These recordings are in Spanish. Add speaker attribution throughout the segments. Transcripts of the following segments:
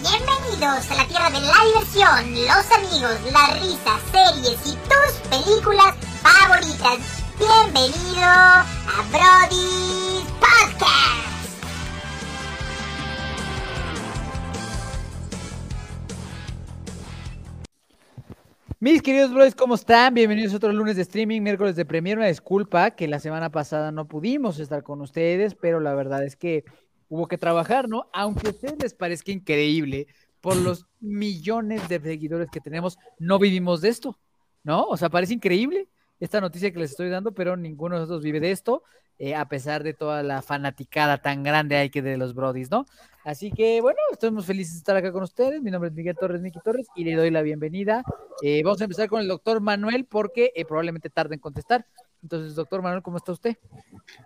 Speaker 1: Bienvenidos a la tierra de la diversión, los amigos, la risa, series y tus películas favoritas. Bienvenido a Brody's Podcast.
Speaker 2: Mis queridos brothers, ¿cómo están? Bienvenidos a otro lunes de streaming, miércoles de premier. Una disculpa que la semana pasada no pudimos estar con ustedes, pero la verdad es que hubo que trabajar, ¿no? Aunque a ustedes les parezca increíble, por los millones de seguidores que tenemos, no vivimos de esto, ¿no? O sea, parece increíble esta noticia que les estoy dando, pero ninguno de nosotros vive de esto, eh, a pesar de toda la fanaticada tan grande hay que de los brodies, ¿no? Así que, bueno, estamos felices de estar acá con ustedes. Mi nombre es Miguel Torres, Miki Torres, y le doy la bienvenida eh, vamos a empezar con el doctor Manuel porque eh, probablemente tarde en contestar. Entonces, doctor Manuel, ¿cómo está usted?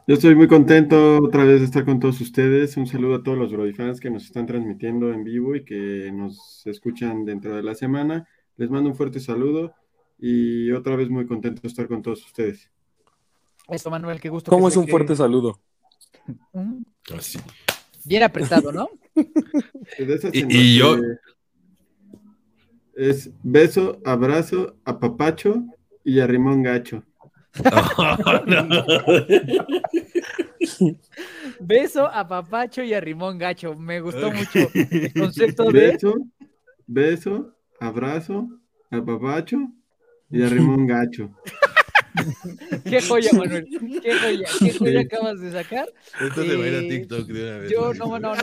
Speaker 3: Yo estoy muy contento otra vez de estar con todos ustedes. Un saludo a todos los Brody fans que nos están transmitiendo en vivo y que nos escuchan dentro de la semana. Les mando un fuerte saludo y otra vez muy contento de estar con todos ustedes.
Speaker 2: Eso, Manuel, qué gusto.
Speaker 4: ¿Cómo
Speaker 2: que
Speaker 4: es
Speaker 2: se-
Speaker 4: un
Speaker 2: que-
Speaker 4: fuerte saludo?
Speaker 2: Mm,
Speaker 5: Así.
Speaker 2: Bien apretado, ¿no?
Speaker 3: De esas
Speaker 5: Y-
Speaker 3: en las
Speaker 5: y yo-
Speaker 3: que Es beso, abrazo, apapacho y a Rimón Gacho.
Speaker 2: Beso a Papacho y a Rimón Gacho. Me gustó mucho el concepto de...
Speaker 3: Beso, beso, abrazo, apapacho y a Rimón Gacho.
Speaker 2: ¡Qué joya, Manuel! ¡Qué joya! ¿Qué joya acabas de sacar?
Speaker 5: Esto se va a ir
Speaker 2: Eh,
Speaker 5: a TikTok de una vez.
Speaker 2: Yo,
Speaker 5: Mauricio.
Speaker 2: no, no, no.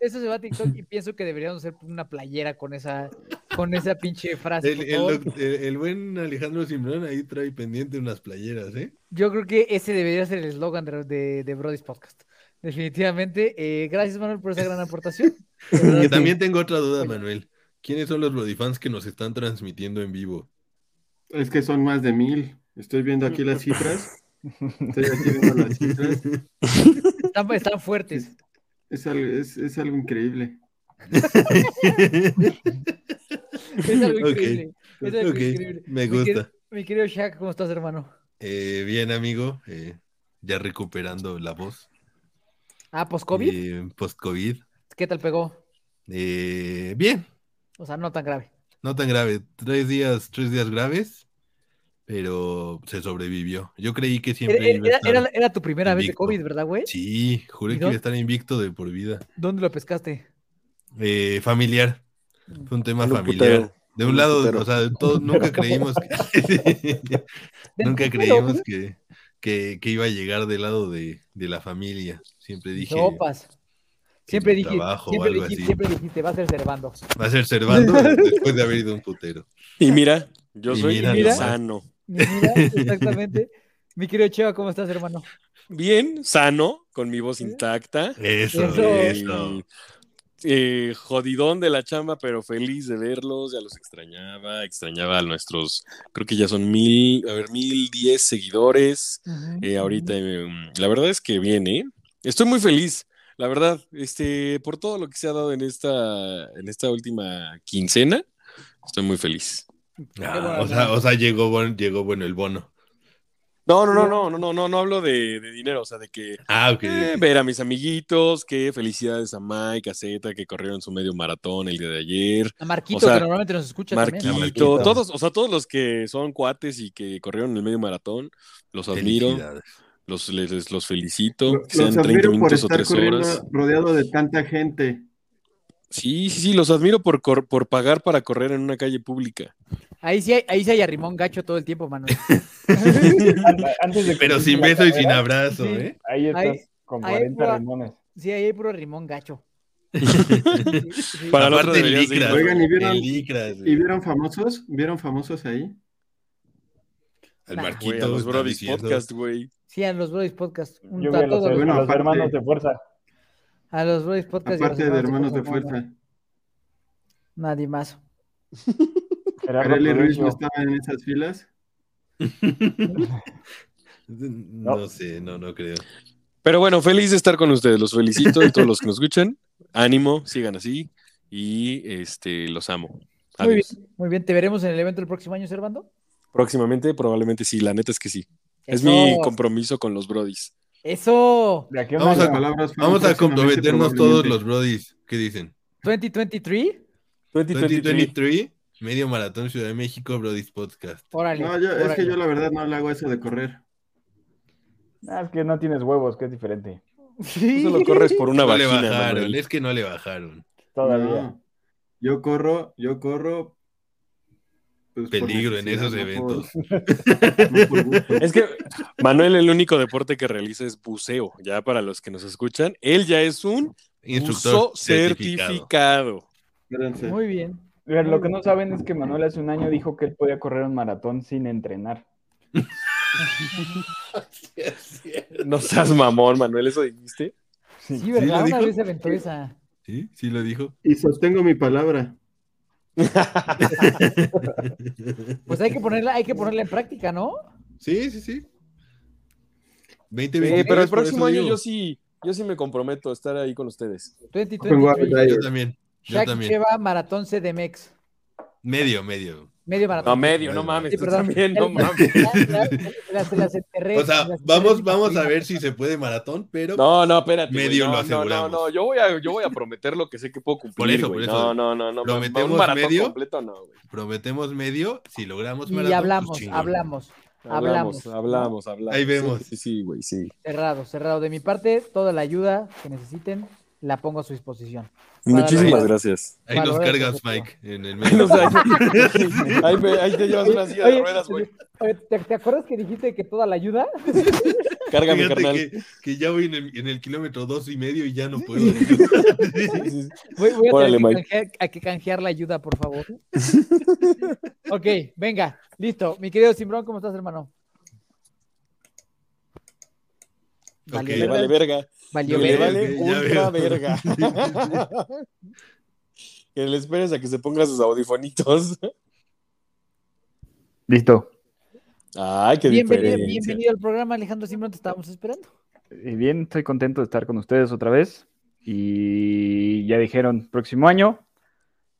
Speaker 2: Eso se va a TikTok y pienso que deberíamos hacer una playera con esa, con esa pinche frase.
Speaker 5: El,
Speaker 2: por
Speaker 5: el
Speaker 2: favor.
Speaker 5: doc- el- el buen Alejandro Simbrón ahí trae pendiente unas playeras, ¿eh?
Speaker 2: Yo creo que ese debería ser el eslogan de, de, de Brody's Podcast. Definitivamente. Eh, gracias, Manuel, por esa gran aportación. De verdad
Speaker 5: Que
Speaker 2: que-
Speaker 5: también tengo otra duda, Manuel. ¿Quiénes son los Brodyfans que nos están transmitiendo en vivo?
Speaker 3: Es que son más de mil. Estoy viendo aquí las cifras. Estoy aquí viendo las cifras.
Speaker 2: Están, están fuertes.
Speaker 3: Es algo, es, es algo increíble.
Speaker 2: Es algo
Speaker 5: Ok,
Speaker 2: increíble. Es algo
Speaker 5: Ok,
Speaker 2: increíble.
Speaker 5: me
Speaker 2: Mi querido-
Speaker 5: gusta.
Speaker 2: Mi querido Shaq, ¿cómo estás, hermano?
Speaker 5: Eh, bien, amigo. eh, ya recuperando la voz.
Speaker 2: Ah, post-COVID.
Speaker 5: Eh, Post-COVID.
Speaker 2: ¿Qué tal pegó?
Speaker 5: Eh, bien,
Speaker 2: O sea, no tan grave.
Speaker 5: no tan grave. Tres días, tres días graves, pero se sobrevivió. Yo creí que
Speaker 2: Era,
Speaker 5: siempre iba a
Speaker 2: Eh, era-
Speaker 5: estar.
Speaker 2: era- era tu primera vez de
Speaker 5: invicto.
Speaker 2: COVID, ¿verdad, güey?
Speaker 5: Sí,
Speaker 2: ¿Y
Speaker 5: juré que
Speaker 2: dónde?
Speaker 5: iba a estar invicto de por vida.
Speaker 2: ¿Dónde lo pescaste?
Speaker 5: Eh, familiar. Fue un tema
Speaker 4: En un
Speaker 5: familiar.
Speaker 4: putero.
Speaker 5: De
Speaker 4: en
Speaker 5: un
Speaker 4: un
Speaker 5: lado,
Speaker 4: putero.
Speaker 5: o sea, todos nunca creímos que,
Speaker 2: Del
Speaker 5: nunca
Speaker 2: putero,
Speaker 5: creímos
Speaker 2: güey.
Speaker 5: que, que, que iba a llegar del lado de, de la familia. Siempre dije,
Speaker 2: Sopas.
Speaker 5: mi
Speaker 2: Siempre dije,
Speaker 5: trabajo o
Speaker 2: siempre,
Speaker 5: algo
Speaker 2: dijiste,
Speaker 5: así.
Speaker 2: siempre dijiste, va a ser Cervando.
Speaker 5: va a ser Cervando después de haber ido a un putero.
Speaker 4: Y mira, yo
Speaker 5: Y
Speaker 4: soy
Speaker 5: mira
Speaker 2: nomás.
Speaker 4: sano.
Speaker 2: Mira, exactamente. Mi querido Cheva, ¿cómo estás, hermano?
Speaker 4: Bien, sano, con mi voz intacta.
Speaker 5: Eso,
Speaker 2: Eso.
Speaker 5: eso.
Speaker 4: Eh, jodidón de la chamba, pero feliz de verlos. Ya los extrañaba, extrañaba a nuestros, creo que ya son mil, a ver, mil diez seguidores. Eh, ahorita, eh, la verdad es que bien, ¿eh? Estoy muy feliz, la verdad, este, por todo lo que se ha dado en esta, en esta última quincena, estoy muy feliz.
Speaker 5: Ah,
Speaker 2: bueno,
Speaker 5: o, sea, o sea, llegó, bon- llegó bueno el bono.
Speaker 4: No, no, no, no, no, no, no, no hablo de, de dinero, o sea, de que
Speaker 5: Ah, ok.
Speaker 4: eh, ver a mis amiguitos, que felicidades a Mike, a Zeta, que corrieron su medio maratón el día de ayer,
Speaker 2: A Marquito,
Speaker 4: o sea,
Speaker 2: que normalmente nos escucha
Speaker 4: Marquito,
Speaker 2: también.
Speaker 5: Marquito.
Speaker 4: todos, o sea, todos los que son cuates y que corrieron el medio maratón, los admiro,
Speaker 5: Felicidades.
Speaker 4: los, les- les- los felicito, que
Speaker 3: Los
Speaker 4: sean 30
Speaker 3: admiro por
Speaker 4: minutos o
Speaker 3: estar
Speaker 4: 3
Speaker 3: corriendo
Speaker 4: horas.
Speaker 3: rodeado de tanta gente.
Speaker 4: Sí, sí, sí, los admiro por, cor- por pagar para correr en una calle pública.
Speaker 2: Ahí sí hay, ahí sí hay a Rimón Gacho todo el tiempo, Manuel.
Speaker 6: Antes de que
Speaker 5: Pero
Speaker 6: empiece
Speaker 5: sin
Speaker 6: la
Speaker 5: beso
Speaker 6: carrera,
Speaker 5: y sin abrazo,
Speaker 2: Sí.
Speaker 5: ¿eh?
Speaker 6: Ahí estás
Speaker 2: Ahí-
Speaker 6: con
Speaker 2: ahí
Speaker 6: 40
Speaker 2: va.
Speaker 6: limones.
Speaker 2: Sí, ahí hay puro Rimón Gacho. Sí,
Speaker 4: Para el otro
Speaker 5: Aparte en
Speaker 4: deberías de ir,
Speaker 5: licras.
Speaker 4: güey.
Speaker 3: Oigan, ¿y vieron-
Speaker 5: En licras,
Speaker 3: ¿Y
Speaker 5: güey.
Speaker 3: vieron famosos? ¿Vieron famosos ahí?
Speaker 5: Al
Speaker 2: Nah,
Speaker 5: Marquito.
Speaker 4: Güey, a los
Speaker 5: está
Speaker 4: Brody's
Speaker 5: diciendo.
Speaker 4: Podcast, güey.
Speaker 2: Sí, a los Brothers Podcast. Un
Speaker 6: Yo vi a los,
Speaker 2: tatuado.
Speaker 3: Bueno,
Speaker 6: a los
Speaker 3: aparte-
Speaker 6: hermanos de fuerza.
Speaker 2: a los Brothers Podcast. y a los
Speaker 3: Aparte de Hermanos de
Speaker 2: Fuerza,
Speaker 3: Fuerza.
Speaker 2: no, Nadie más.
Speaker 6: Gerardo
Speaker 3: Kareli Ruiz
Speaker 6: Colosio.
Speaker 3: no estaba en esas filas.
Speaker 5: No,
Speaker 6: No.
Speaker 5: sé, no, no creo.
Speaker 4: Pero bueno, feliz de estar con ustedes. Los felicito y todos los que nos escuchan. Ánimo, sigan así y este los amo.
Speaker 2: Muy
Speaker 4: Adiós.
Speaker 2: bien, muy bien. ¿Te veremos en el evento el próximo año, Servando?
Speaker 4: Próximamente, probablemente sí. La neta es que sí. Es
Speaker 2: Eso,
Speaker 4: mi compromiso con los Brodis.
Speaker 2: Eso.
Speaker 6: De aquí a un
Speaker 5: Vamos
Speaker 6: año.
Speaker 5: a-
Speaker 3: Palabras fueron
Speaker 5: Vamos a
Speaker 3: próximamente,
Speaker 5: comprometernos todos
Speaker 3: probablemente.
Speaker 5: los Brodis. ¿Qué dicen?
Speaker 2: 2023.
Speaker 4: 2023.
Speaker 5: 2023, Medio Maratón Ciudad de México, Brody's Podcast.
Speaker 2: Órale.
Speaker 3: No, yo, es
Speaker 2: órale.
Speaker 3: que yo la verdad no le hago eso de correr.
Speaker 6: Ah, es que no tienes huevos, que es diferente.
Speaker 2: Sí.
Speaker 4: Tú solo corres por una
Speaker 5: No le
Speaker 4: vagina.
Speaker 5: bajaron,
Speaker 4: Manuel.
Speaker 5: es que no le bajaron.
Speaker 6: Todavía.
Speaker 3: No. Yo corro, yo corro. pues, por
Speaker 5: Peligro en
Speaker 3: necesidad,
Speaker 5: esos eventos.
Speaker 3: por- no por gusto.
Speaker 4: Es que Manuel, el único deporte que realiza es buceo. Ya para los que nos escuchan, él ya es un buzo
Speaker 5: Instructor certificado.
Speaker 4: certificado.
Speaker 3: Espérense.
Speaker 2: Muy bien.
Speaker 6: Pero lo que no saben es que Manuel hace un año dijo que él podía correr un maratón sin entrenar.
Speaker 4: No seas mamón, Manuel, eso dijiste.
Speaker 2: Sí, ¿verdad?
Speaker 5: lo
Speaker 2: Una
Speaker 5: dijo?
Speaker 2: vez se aventó esa.
Speaker 5: ¿Sí? ¿Sí lo dijo?
Speaker 3: Y sostengo mi palabra.
Speaker 2: Pues hay que ponerla, hay que ponerla en práctica, ¿no?
Speaker 5: Sí, sí, sí. 20,
Speaker 4: Eh, pero el próximo año yo sí, yo sí me comprometo a estar ahí con ustedes.
Speaker 2: 2023.
Speaker 5: Yo también. Yo
Speaker 2: Shaq
Speaker 5: también.
Speaker 2: lleva maratón CDMX.
Speaker 5: Medio, medio.
Speaker 2: Medio
Speaker 4: No,
Speaker 2: maratón.
Speaker 4: medio, no mames.
Speaker 2: Sí,
Speaker 4: pues, tú
Speaker 2: perdón.
Speaker 4: también, no
Speaker 2: El-
Speaker 4: mames.
Speaker 2: Las- las enterré,
Speaker 5: O sea,
Speaker 2: las enterré
Speaker 5: vamos,
Speaker 2: en mi
Speaker 5: vamos a
Speaker 2: papel.
Speaker 5: ver si se puede maratón, pero
Speaker 4: No, no, espérate. güey,
Speaker 5: Medio
Speaker 4: no,
Speaker 5: lo
Speaker 4: no, no,
Speaker 5: aseguramos.
Speaker 4: no, yo voy a, yo voy a prometer lo que sé que puedo cumplir.
Speaker 5: Por eso,
Speaker 4: güey.
Speaker 5: por
Speaker 4: No,
Speaker 5: eso.
Speaker 4: no, no, no.
Speaker 5: ¿Lo
Speaker 4: ma-
Speaker 5: metemos
Speaker 4: un maratón
Speaker 5: medio?
Speaker 4: completo, no, güey.
Speaker 5: prometemos medio. Si logramos
Speaker 2: Y
Speaker 5: maratón. pues
Speaker 2: hablamos,
Speaker 5: chingón.
Speaker 2: hablamos. Hablamos.
Speaker 4: Hablamos, hablamos, hablamos.
Speaker 5: Ahí
Speaker 4: Sí,
Speaker 5: vemos.
Speaker 4: Sí, sí, güey, sí.
Speaker 2: Cerrado, cerrado. De mi parte, toda la ayuda que necesiten la pongo a su disposición. Para
Speaker 4: Muchísimas
Speaker 2: la-
Speaker 4: gracias.
Speaker 5: Ahí nos
Speaker 2: Valores,
Speaker 5: cargas,
Speaker 2: efectivo.
Speaker 5: Mike, en el
Speaker 4: Ahí,
Speaker 5: medio.
Speaker 4: ahí me- ahí te llevas una silla de
Speaker 2: Oye,
Speaker 4: ruedas, güey.
Speaker 2: oye, ¿te, te acuerdas que dijiste que toda la ayuda?
Speaker 4: Cárgame,
Speaker 5: Fíjate
Speaker 4: carnal.
Speaker 5: que, que ya voy en el, en el kilómetro dos y medio y ya no puedo.
Speaker 4: Sí, sí, sí.
Speaker 2: Voy, voy a
Speaker 4: Órale,
Speaker 2: tener que
Speaker 4: Mike.
Speaker 2: canjear, a que canjear la ayuda, por favor. ok, venga, listo. Mi querido Simbrón, ¿cómo estás, hermano? Valió,
Speaker 5: Ok.
Speaker 4: Le vale verga.
Speaker 2: valió
Speaker 4: Que le
Speaker 5: veo,
Speaker 2: verga.
Speaker 4: vale
Speaker 5: ok, ya
Speaker 4: ultra
Speaker 5: veo.
Speaker 4: verga. que le esperes a que se ponga sus audifonitos.
Speaker 6: Listo.
Speaker 4: Ay, qué
Speaker 2: Bienvenido,
Speaker 4: diferencia.
Speaker 2: bienvenido al programa, Alejandro Simbrón, te estábamos esperando.
Speaker 6: Y bien, estoy contento de estar con ustedes otra vez. Y ya dijeron, próximo año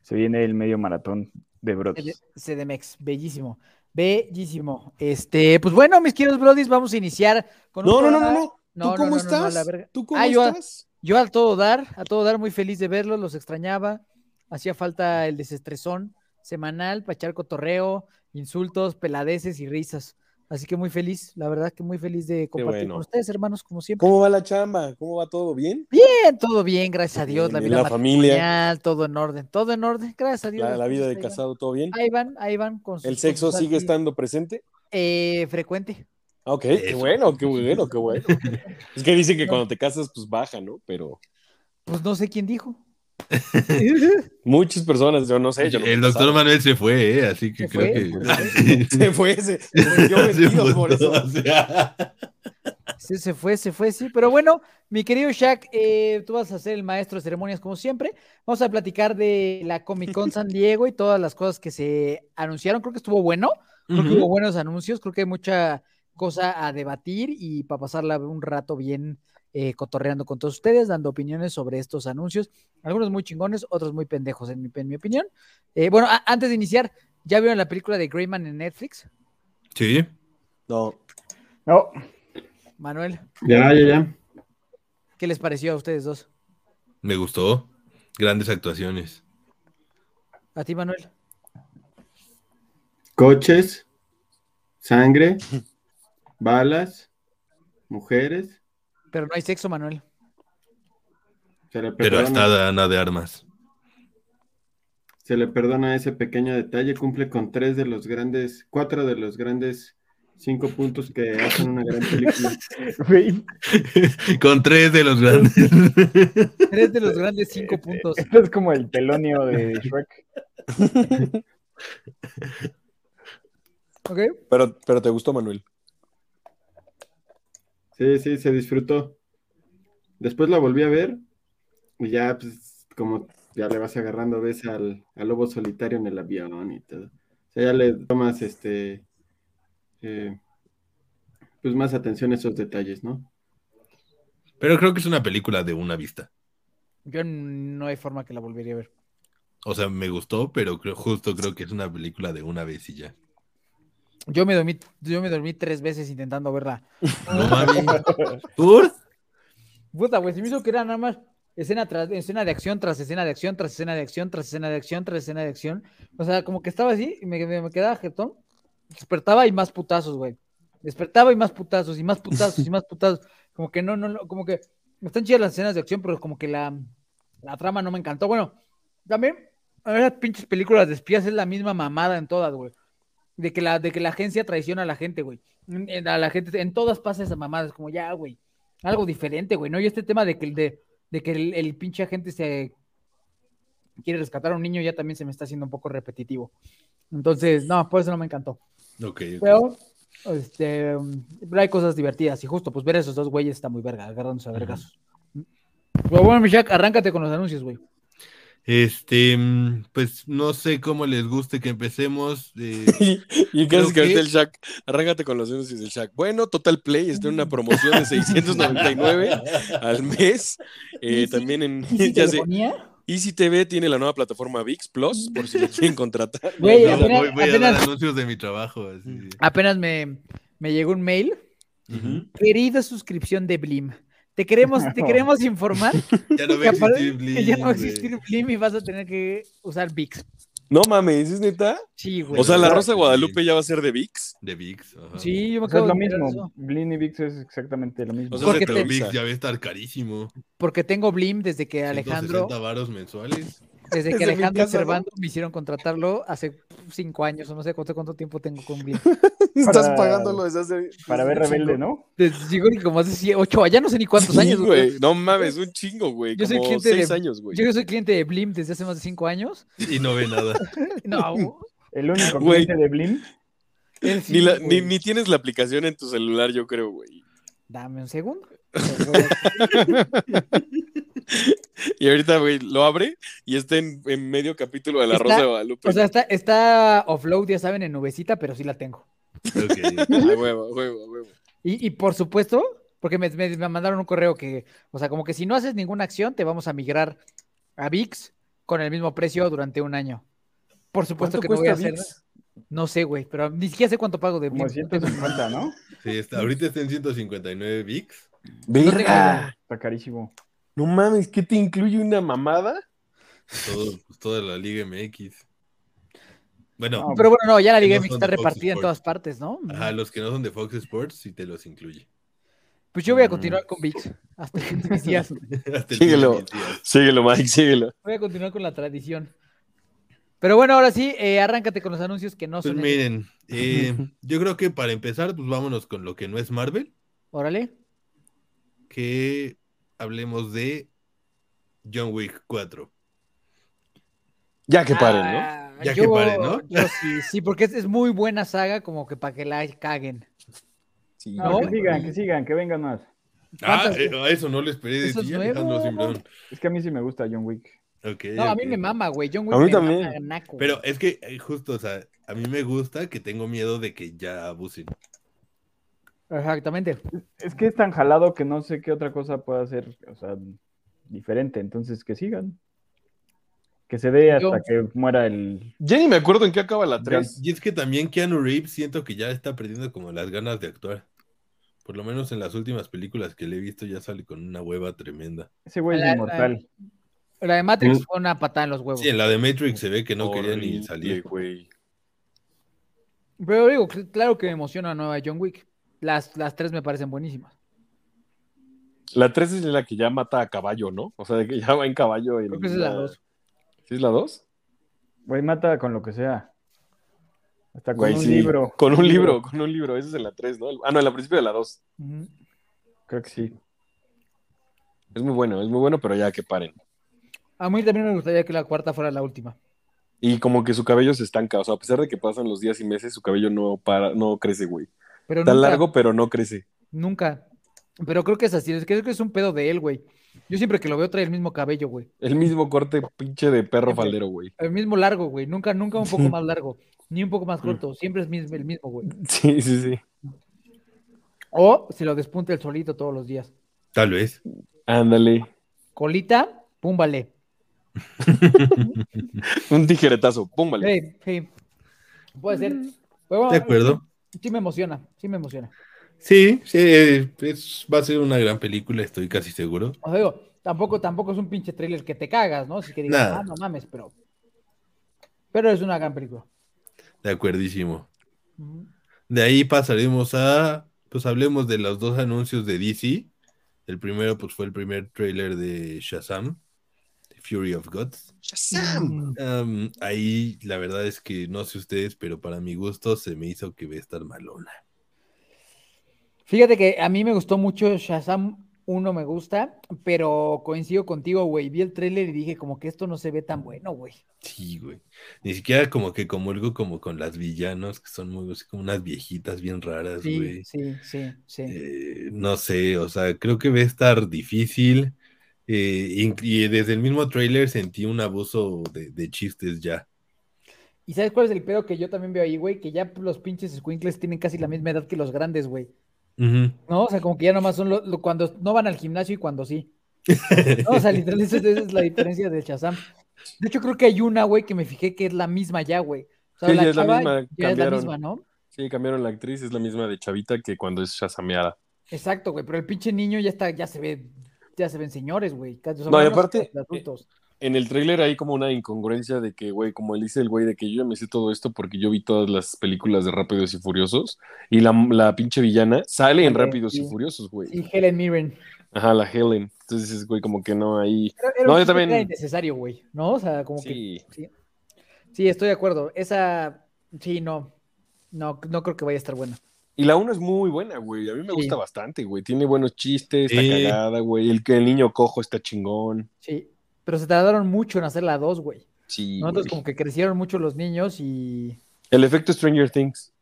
Speaker 6: se viene el medio maratón de
Speaker 2: CD-
Speaker 6: Brotis.
Speaker 2: CDMX, bellísimo, bellísimo. Este, pues bueno, mis queridos brodis, vamos a iniciar con un
Speaker 4: No, no, no,
Speaker 2: programa-
Speaker 4: no, no.
Speaker 2: No,
Speaker 4: ¿Tú
Speaker 2: no,
Speaker 4: cómo
Speaker 2: no, no, no,
Speaker 4: estás?
Speaker 2: la verga.
Speaker 4: ¿Tú cómo
Speaker 2: Ah, yo-
Speaker 4: estás?
Speaker 2: Yo a todo dar, a todo dar, muy feliz de verlos, los extrañaba. Hacía falta el desestresón semanal para echar cotorreo, insultos, peladeces y risas. Así que muy feliz, la verdad que muy feliz de compartir
Speaker 4: bueno.
Speaker 2: con ustedes, hermanos, como siempre.
Speaker 4: ¿Cómo va la chamba? ¿Cómo va todo bien?
Speaker 2: Bien, todo bien, gracias a Dios, la
Speaker 4: Bien,
Speaker 2: vida
Speaker 4: la familia,
Speaker 2: matrimonial, todo en orden, todo en orden, gracias a Dios.
Speaker 4: la,
Speaker 2: las
Speaker 4: la vida
Speaker 2: cosas
Speaker 4: de
Speaker 2: ahí van.
Speaker 4: casado, todo bien.
Speaker 2: Ahí van, ahí van con sus
Speaker 4: ¿El sexo
Speaker 2: cosas
Speaker 4: sigue
Speaker 2: así,
Speaker 4: estando presente?
Speaker 2: eh, frecuente.
Speaker 4: Ah, Ok, qué
Speaker 5: Eso.
Speaker 4: bueno, qué bueno, qué bueno. Es que dicen que cuando te casas, pues baja, ¿no? Pero
Speaker 2: Pues no sé quién dijo.
Speaker 4: muchas personas, yo no sé. Yo no
Speaker 5: El
Speaker 4: me
Speaker 5: doctor
Speaker 4: casaba.
Speaker 5: Manuel se fue, ¿eh? así que
Speaker 2: Se
Speaker 5: creo que.
Speaker 4: se fue, ese. se dio
Speaker 5: Se
Speaker 4: vestido por
Speaker 5: puso,
Speaker 4: eso.
Speaker 5: o sea,
Speaker 2: Sí, se fue, se fue, sí. Pero bueno, mi querido Shaq, eh, tú vas a ser el maestro de ceremonias como siempre. Vamos a platicar de la Comic Con San Diego y todas las cosas que se anunciaron. Creo que estuvo bueno, creo que hubo buenos anuncios, creo que hay mucha cosa a debatir y para pasarla un rato bien eh, cotorreando con todos ustedes, dando opiniones sobre estos anuncios. Algunos muy chingones, otros muy pendejos, en mi, en mi opinión. Eh, bueno, a- antes de iniciar, ¿ya vieron la película de Greyman en Netflix?
Speaker 5: Sí.
Speaker 4: No,
Speaker 6: No,
Speaker 2: Manuel,
Speaker 3: Ya, ya, ya.
Speaker 2: ¿qué les pareció a ustedes dos?
Speaker 5: Me gustó. Grandes actuaciones.
Speaker 2: ¿A ti, Manuel?
Speaker 3: Coches, sangre, balas, mujeres.
Speaker 2: Pero no hay sexo, Manuel.
Speaker 3: Se le
Speaker 5: Pero
Speaker 3: perdona,
Speaker 5: hasta Ana de Armas.
Speaker 3: se le perdona ese pequeño detalle. Cumple con tres de los grandes, cuatro de los grandes cinco puntos que hacen una gran película.
Speaker 6: güey,
Speaker 5: Con tres de los grandes.
Speaker 2: Tres de los grandes cinco puntos.
Speaker 6: esto es como el telonio de Shrek.
Speaker 2: ¿Ok?
Speaker 4: pero, pero te gustó, Manuel.
Speaker 3: Sí, sí, se disfrutó. Después la volví a ver y ya, pues, como ya le vas agarrando, ves al, al lobo solitario en el avión y todo. O sea, ya le tomas, este, eh, pues, más atención a esos detalles, ¿no?
Speaker 5: Pero creo que es una película de una vista.
Speaker 2: Yo no hay forma que la volvería a ver.
Speaker 5: O sea, me gustó, pero creo- justo creo que es una película de una vez y ya.
Speaker 2: Yo me dormí, yo me dormí tres veces intentando verla.
Speaker 5: No mames. ¿Tú?
Speaker 2: Puta, güey, se me hizo que era nada más escena tras escena de acción tras escena de acción tras escena de acción tras escena de acción tras escena de acción. O sea, como que estaba así y me, me- me quedaba jetón. Despertaba y más putazos, güey. Despertaba y más putazos y más putazos y más putazos. Como que no, no, no, como que están chidas las escenas de acción, pero como que la, la trama no me encantó. Bueno, también a ver, las pinches películas de espías es la misma mamada en todas, güey. De que la, de que la agencia traiciona a la gente, güey. En- en- A la gente, en todas pasa esa mamada, es como ya, güey. Algo diferente, güey, ¿no? Y este tema de que, el- de, de que el, el pinche agente se quiere rescatar a un niño ya también se me está haciendo un poco repetitivo. Entonces, no, por eso no me encantó.
Speaker 5: Ok, ok.
Speaker 2: Pero, este, pero hay cosas divertidas y justo, pues ver a esos dos güeyes está muy verga, agarrándose a vergas. Pero bueno, Mishak, arráncate con los anuncios, güey.
Speaker 5: Este, mm, pues no sé cómo les guste que empecemos. eh,
Speaker 4: Y
Speaker 5: Creo
Speaker 4: casi que ahorita
Speaker 5: que-
Speaker 4: el Shaq, arráncate con los anuncios del Shaq. Bueno, Total Play está en una promoción de 699 al mes. Eh,
Speaker 2: Easy-
Speaker 4: también en
Speaker 2: ¿Y si te
Speaker 4: ya
Speaker 2: lo
Speaker 4: sé,
Speaker 2: ponía?
Speaker 4: Easy TV tiene la nueva plataforma VIX Plus, por si lo quieren contratar.
Speaker 2: Güey,
Speaker 5: no,
Speaker 2: apenas-
Speaker 5: voy, voy a
Speaker 2: apenas-
Speaker 5: dar anuncios de mi trabajo. así.
Speaker 2: Apenas me, me llegó un mail.
Speaker 5: Ujú.
Speaker 2: Querida suscripción de Blim. Te queremos, te queremos informar
Speaker 5: Ya no va
Speaker 2: que,
Speaker 5: a
Speaker 2: apare-
Speaker 5: existir
Speaker 2: que ya no va a
Speaker 5: Blink,
Speaker 2: existir Blim y vas a tener que usar VIX.
Speaker 4: No mames, ¿es neta?
Speaker 2: Sí, güey.
Speaker 4: O sea, la
Speaker 5: claro
Speaker 4: Rosa de
Speaker 5: que
Speaker 4: Guadalupe ya va a ser de VIX.
Speaker 5: de VIX. ajá.
Speaker 2: Sí, yo me
Speaker 6: O sea,
Speaker 2: acabo
Speaker 6: es lo
Speaker 2: de enterar de
Speaker 6: mismo.
Speaker 2: eso.
Speaker 6: Blin y Vix es exactamente lo mismo.
Speaker 4: O sea,
Speaker 2: Porque
Speaker 5: Entonces, pero
Speaker 2: te-
Speaker 5: VIX ya va a estar carísimo.
Speaker 2: Porque tengo Blim desde que Alejandro,
Speaker 5: 160 varos mensuales.
Speaker 2: desde que
Speaker 4: desde mi
Speaker 2: Alejandro
Speaker 4: casa, ¿no?
Speaker 2: Cervando me hicieron contratarlo hace cinco años, o no sé cuánto, cuánto tiempo tengo con Blim.
Speaker 4: Estás
Speaker 6: Para-
Speaker 4: pagándolo desde hace.
Speaker 6: para ver Rebelde, ¿no?
Speaker 2: Desde, digo que como hace cie- ocho, allá no sé ni cuántos años, güey.
Speaker 4: No mames, un chingo, güey.
Speaker 2: Yo soy
Speaker 4: Como
Speaker 2: cliente de-
Speaker 4: seis años, güey.
Speaker 2: Yo que soy cliente de Blim desde hace más de cinco años.
Speaker 5: Y no ve nada.
Speaker 2: No,
Speaker 6: El único
Speaker 4: Güey.
Speaker 6: cliente de Blin.
Speaker 2: él
Speaker 4: Ni,
Speaker 2: sí,
Speaker 4: la-
Speaker 2: güey.
Speaker 4: ni, ni tienes la aplicación en tu celular, yo creo, güey.
Speaker 2: Dame un segundo. Lo voy a-
Speaker 4: Y ahorita, güey, lo abre y está en, en medio capítulo de la
Speaker 2: Está-
Speaker 4: Rosa de Guadalupe.
Speaker 2: O sea, está, está offload, ya saben, en nubecita, pero sí la tengo.
Speaker 5: Ok.
Speaker 4: A huevo, a huevo, a huevo.
Speaker 2: Y, y por supuesto, porque me, me- me mandaron un correo que, o sea, como que si no haces ninguna acción, te vamos a migrar a VIX con el mismo precio durante un año. Por supuesto que no voy a hacer. No sé, güey, pero ni siquiera sé cuánto pago de
Speaker 6: Como
Speaker 2: VIX.
Speaker 6: 150, ¿no?
Speaker 5: Sí, está- ahorita está en 159 VIX.
Speaker 4: Verga.
Speaker 6: Está carísimo.
Speaker 4: No mames, ¿qué te incluye una mamada?
Speaker 5: todo- pues, toda la Liga MX. Bueno,
Speaker 6: No,
Speaker 2: Pero bueno, no, ya la Liga
Speaker 5: Que no
Speaker 2: MX
Speaker 5: son
Speaker 2: está
Speaker 5: de Fox
Speaker 2: repartida en
Speaker 5: Sports.
Speaker 2: todas partes, ¿no?
Speaker 5: ajá, los que no son de Fox Sports sí te los incluye.
Speaker 2: Pues
Speaker 5: Mm.
Speaker 2: yo voy a continuar con VIX hasta que tú decías.
Speaker 5: Hasta el
Speaker 4: Síguelo.
Speaker 5: fin de mis días.
Speaker 4: Síguelo, Mike, síguelo.
Speaker 2: Voy a continuar con la tradición. Pero bueno, ahora sí, eh, arráncate con los anuncios que no
Speaker 5: Pues
Speaker 2: son.
Speaker 5: miren, eh, yo creo que para empezar, pues vámonos con lo que no es Marvel,
Speaker 2: Órale.
Speaker 5: que hablemos de John Wick 4.
Speaker 4: Ya que paren, ¿no?
Speaker 2: Ah,
Speaker 5: Ya que paren, ¿no?
Speaker 2: yo sí, sí, porque es, es muy buena saga, como que para que la caguen.
Speaker 4: Sí.
Speaker 6: No,
Speaker 2: No,
Speaker 6: que sigan, que sigan, que vengan más.
Speaker 5: Ah,
Speaker 2: ¿Cuántas-
Speaker 5: eh, a eso no lo esperé de
Speaker 2: Eso es
Speaker 5: ti, Alejandro
Speaker 2: nuevo.
Speaker 5: Simbrón.
Speaker 6: Es que a mí sí me gusta John Wick.
Speaker 5: Ok,
Speaker 2: No, a mí
Speaker 5: ok.
Speaker 2: me mama, güey. John Wick
Speaker 4: A mí
Speaker 2: me mama
Speaker 4: también.
Speaker 2: naco.
Speaker 5: Pero es que eh, justo, o sea, a mí me gusta que tengo miedo de que ya abusen.
Speaker 2: Exactamente.
Speaker 6: Es que es tan jalado que no sé qué otra cosa pueda hacer, o sea, diferente. Entonces, que sigan. Que se dé hasta
Speaker 2: Yo-
Speaker 6: que muera el...
Speaker 4: Ya ni me acuerdo en qué acaba la 3.
Speaker 5: Y es que también Keanu Reeves siento que ya está perdiendo como las ganas de actuar. Por lo menos en las últimas películas que le he visto ya sale con una hueva tremenda.
Speaker 6: Ese güey
Speaker 2: La-
Speaker 6: es
Speaker 2: la-
Speaker 6: inmortal.
Speaker 2: La de Matrix
Speaker 3: Mm.
Speaker 2: fue una patada en los huevos.
Speaker 5: Sí, en la de Matrix se ve que no quería ni salir.
Speaker 4: güey.
Speaker 2: Pero digo, cl- claro que me emociona la nueva John Wick. Las, las tres me parecen buenísimas.
Speaker 4: La 3 es la que ya mata a caballo, ¿no? O sea, que ya va en caballo. en
Speaker 2: Creo que esa es la dos.
Speaker 4: ¿Sí es la 2?
Speaker 6: Güey, mata con lo que sea. Hasta con
Speaker 4: Güey,
Speaker 6: un
Speaker 4: sí.
Speaker 6: libro.
Speaker 4: Con un libro, con un libro. Esa es en la 3, ¿no? Ah, no, en la principio de la 2.
Speaker 2: Ujú.
Speaker 6: Creo que sí.
Speaker 4: Es muy bueno, es muy bueno, pero ya que paren.
Speaker 2: A mí también me gustaría que la cuarta fuera la última.
Speaker 4: Y como que su cabello se estanca. O sea, a pesar de que pasan los días y meses, su cabello no para, no crece, güey.
Speaker 2: Pero
Speaker 4: Está
Speaker 2: nunca-
Speaker 4: largo, pero no crece.
Speaker 2: Nunca. Pero creo que es así. es que- Creo que es un pedo de él, güey. Yo siempre que lo veo trae el mismo cabello, güey.
Speaker 4: El mismo corte pinche de perro
Speaker 2: Siempre.
Speaker 4: faldero, güey.
Speaker 2: El mismo largo, güey. Nunca, nunca un poco más largo. Ni un poco más corto. Siempre es mis- el mismo, güey.
Speaker 4: Sí, sí, sí.
Speaker 2: O se lo despunta el solito todos los días.
Speaker 5: Tal vez.
Speaker 4: Ándale.
Speaker 2: Colita, púmbale.
Speaker 4: Un tijeretazo, púmbale.
Speaker 2: Hey, hey. Puede ser. Pero bueno,
Speaker 5: De acuerdo.
Speaker 2: Sí me emociona, sí me emociona.
Speaker 5: Sí, sí, eh, es- va a ser una gran película, estoy casi seguro.
Speaker 2: O sea, digo, Tampoco, tampoco es un pinche trailer que te cagas, ¿no? Así que digas,
Speaker 5: Nada.
Speaker 2: ah, no mames, pero. Pero es una gran película.
Speaker 5: De acuerdísimo.
Speaker 2: Ujú.
Speaker 5: De ahí pasaremos a, pues hablemos de los dos anuncios de DC. El primero, pues fue el primer tráiler de Shazam, The Fury of Gods. Am, ahí la verdad es que no sé ustedes, pero para mi gusto se me hizo que va a estar malona.
Speaker 2: Fíjate que a mí me gustó mucho Shazam 1 me gusta, pero coincido contigo, güey. Vi el tráiler y dije como que esto no se ve tan bueno, güey.
Speaker 5: Sí, güey. Ni siquiera como que comulgo como con las villanos, que son muy así como unas viejitas bien raras, Pues, güey.
Speaker 2: Sí, sí, sí, sí.
Speaker 5: Eh, no sé, o sea, creo que va a estar difícil. eh, in- y desde el mismo trailer sentí un abuso de, de chistes ya.
Speaker 2: ¿Y sabes cuál es el pedo que yo también veo ahí, güey? Que ya los pinches squinkles tienen casi la misma edad que los grandes, güey.
Speaker 5: Ujú.
Speaker 2: ¿No? O sea, como que ya nomás son lo- lo- cuando no van al gimnasio y cuando sí. No, o sea, literal, esa es- esa es la diferencia de Shazam. De hecho, creo que hay una, güey, que me fijé que es la misma ya, güey. O sea,
Speaker 4: Sí, ya es la
Speaker 2: chava
Speaker 4: misma,
Speaker 2: ya es la
Speaker 4: cambiaron.
Speaker 2: misma, ¿no?
Speaker 4: Sí, cambiaron la actriz, es la misma de Chavita que cuando es Shazameada.
Speaker 2: Exacto, güey, pero el pinche niño ya está, ya se ve, ya se ven señores, güey. Casi son
Speaker 4: No, y
Speaker 2: menos
Speaker 4: aparte,
Speaker 2: que los adultos.
Speaker 4: En el tráiler hay como una incongruencia de que, güey, como él dice el güey, de que yo ya me sé todo esto porque yo vi todas las películas de Rápidos y Furiosos y la, la pinche villana sale en
Speaker 2: Sale,
Speaker 4: Rápidos
Speaker 2: sí.
Speaker 4: y Furiosos, güey.
Speaker 2: Sí, Helen Mirren.
Speaker 4: Ajá, la Helen. Entonces dices, güey, como que no hay...
Speaker 2: Era- era un
Speaker 4: No, yo
Speaker 2: chiste que
Speaker 4: también-
Speaker 2: era innecesario, güey, ¿no? O sea, como que
Speaker 4: Sí,
Speaker 2: sí, estoy de acuerdo. Esa, sí, no, no, no creo que vaya a estar buena.
Speaker 4: Y la 1 es muy buena, güey. A mí me
Speaker 2: Sí.
Speaker 4: gusta bastante, güey. Tiene buenos chistes, está
Speaker 5: Sí.
Speaker 4: cagada, güey. El que el niño cojo está chingón.
Speaker 2: Sí, pero se tardaron mucho en hacer la dos, güey.
Speaker 4: Sí.
Speaker 2: ¿no? Entonces,
Speaker 4: güey.
Speaker 2: como que crecieron mucho los niños y
Speaker 4: El efecto Stranger Things.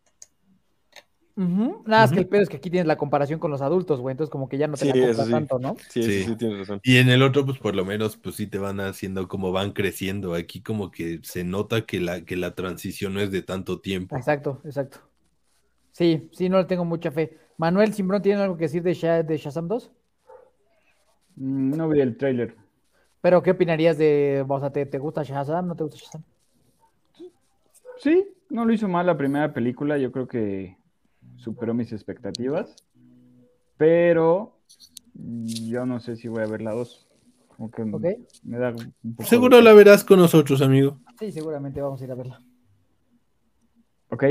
Speaker 2: Ujú, Nada más que
Speaker 5: Ujú.
Speaker 2: el pedo es que aquí tienes la comparación con los adultos, güey. Entonces, como que ya no te
Speaker 4: Sí,
Speaker 2: la compras
Speaker 4: eso sí.
Speaker 2: tanto, ¿no?
Speaker 4: Sí, sí,
Speaker 5: Sí.
Speaker 4: sí, tienes razón.
Speaker 5: Y en el otro, pues por lo menos, pues sí te van haciendo como van creciendo. Aquí como que se nota que la, que la transición no es de tanto tiempo.
Speaker 2: Exacto, exacto. Sí, sí, no le tengo mucha fe. Manuel Simbrón, ¿tiene algo que decir de, Sha- de Shazam 2?
Speaker 6: Mm, No vi el tráiler.
Speaker 2: Pero, ¿qué opinarías de. O sea, ¿te, te gusta Shazam? ¿No te gusta Shazam?
Speaker 6: Sí, no lo hizo mal la primera película. Yo creo que superó mis expectativas. Pero yo no sé si voy a ver la 2. Como que
Speaker 4: Mm.
Speaker 2: Ok.
Speaker 6: me da un poco
Speaker 5: Seguro
Speaker 6: de-
Speaker 5: la verás con nosotros, amigo.
Speaker 2: Sí, seguramente vamos a ir a verla.
Speaker 6: Ok,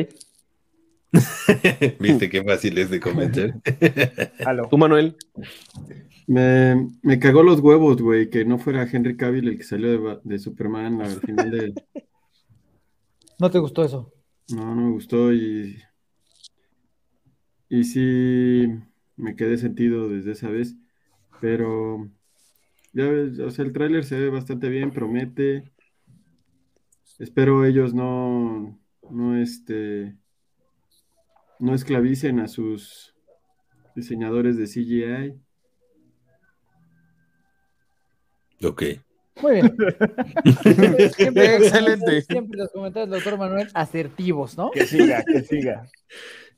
Speaker 5: Viste qué fácil es de convencer.
Speaker 6: aló.
Speaker 4: ¿Tú, Manuel?
Speaker 3: Me, me cagó los huevos, güey, que no fuera Henry Cavill el que salió de, Ba- de Superman al final de...
Speaker 2: ¿No te gustó eso?
Speaker 3: No, no me gustó y... Y sí, me quedé sentido desde esa vez, pero... Ya ves, o sea, el tráiler se ve bastante bien, promete. Espero ellos no, no, este, no esclavicen a sus diseñadores de CGI.
Speaker 5: ok.
Speaker 2: Muy bien. Siempre-
Speaker 4: Excelente.
Speaker 2: Siempre los comentarios del doctor Manuel asertivos, ¿no?
Speaker 6: Que siga, que siga.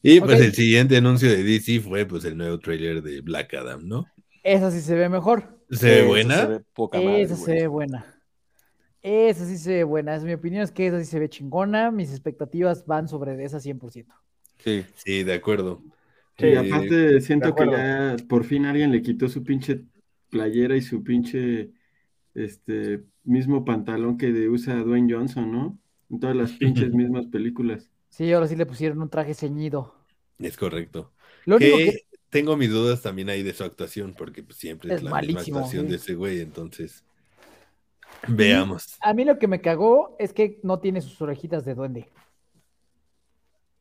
Speaker 5: Y pues
Speaker 2: Ok.
Speaker 5: el siguiente anuncio de DC fue pues el nuevo trailer de Black Adam, ¿no?
Speaker 2: Esa sí se ve mejor.
Speaker 5: ¿Se ve
Speaker 4: Esa
Speaker 5: buena?
Speaker 4: Se ve poca madre,
Speaker 2: Esa se
Speaker 4: güey.
Speaker 2: ve buena. Esa sí se ve buena. Es mi opinión, es que esa sí se ve chingona. Mis expectativas van sobre esa 100%.
Speaker 4: Sí.
Speaker 5: Sí, de acuerdo.
Speaker 6: Sí,
Speaker 3: Y
Speaker 5: Eh,
Speaker 3: aparte siento que
Speaker 6: acuerdo.
Speaker 3: ya por fin alguien le quitó su pinche playera y su pinche este mismo pantalón que de- usa Dwayne Johnson, ¿no? En todas las pinches mismas películas.
Speaker 2: Sí, ahora sí le pusieron un traje ceñido.
Speaker 5: Es correcto.
Speaker 2: Lo único
Speaker 5: Que
Speaker 2: que
Speaker 5: tengo mis dudas también ahí de su actuación, porque pues, siempre es,
Speaker 2: Es
Speaker 5: la
Speaker 2: malísimo,
Speaker 5: misma actuación
Speaker 2: sí.
Speaker 5: de ese güey, entonces veamos.
Speaker 2: a mí lo que me cagó es que no tiene sus orejitas de duende.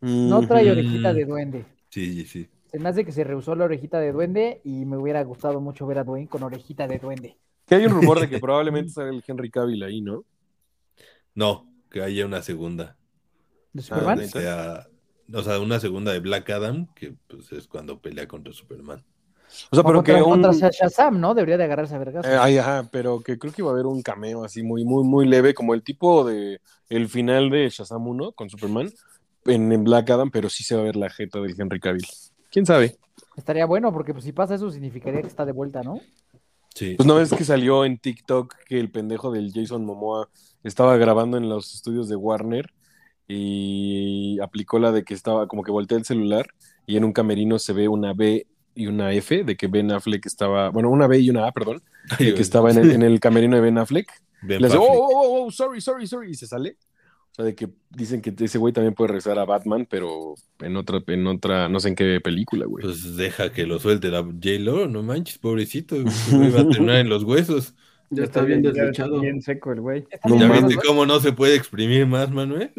Speaker 2: No trae
Speaker 5: Ujú.
Speaker 2: orejita de duende.
Speaker 5: Sí, sí, sí.
Speaker 2: Se me hace que se rehusó la orejita de duende y me hubiera gustado mucho ver a Dwayne con orejita de duende.
Speaker 4: Que hay un rumor de que probablemente salga el Henry Cavill ahí, ¿no?
Speaker 5: No, que haya una segunda.
Speaker 2: ¿De
Speaker 4: Ah,
Speaker 2: Superman?
Speaker 5: donde sea- o sea, una segunda de Black Adam, que pues es cuando pelea contra Superman.
Speaker 4: O sea,
Speaker 2: O
Speaker 4: pero que
Speaker 2: contra,
Speaker 4: un...
Speaker 2: contra Sha- Shazam, ¿no? Debería de agarrarse a vergas.
Speaker 4: Eh, ay, ajá, pero que creo que iba a haber un cameo así muy, muy, muy leve, como el tipo de el final de Shazam 1 con Superman en, en Black Adam, pero sí se va a ver la jeta del Henry Cavill. ¿Quién sabe?
Speaker 2: Estaría bueno porque pues, si pasa eso significaría que está de vuelta, ¿no?
Speaker 5: Sí.
Speaker 4: Pues no ves que salió en TikTok que el pendejo del Jason Momoa estaba grabando en los estudios de Warner y aplicó la de que estaba como que voltea el celular y en un camerino se ve una B y una F de que Ben Affleck estaba, bueno, una B y una A, perdón, de que estaba en el, en el camerino de Ben Affleck.
Speaker 5: Ben
Speaker 4: Le hace, oh,
Speaker 5: Affleck.
Speaker 4: oh, oh, oh, sorry, sorry, sorry, y se sale. O sea, de que dicen que ese güey también puede regresar a Batman, pero en otra, en otra, no sé en qué película, güey.
Speaker 5: Pues deja que lo suelte la J-Lo, no manches, pobrecito. ese güey va a terminar en los huesos.
Speaker 3: Ya está bien
Speaker 6: ya está
Speaker 3: deslechado.
Speaker 6: Bien seco el güey.
Speaker 4: No
Speaker 5: ¿Ya
Speaker 4: mames.
Speaker 5: viste cómo no se puede exprimir más, Manuel?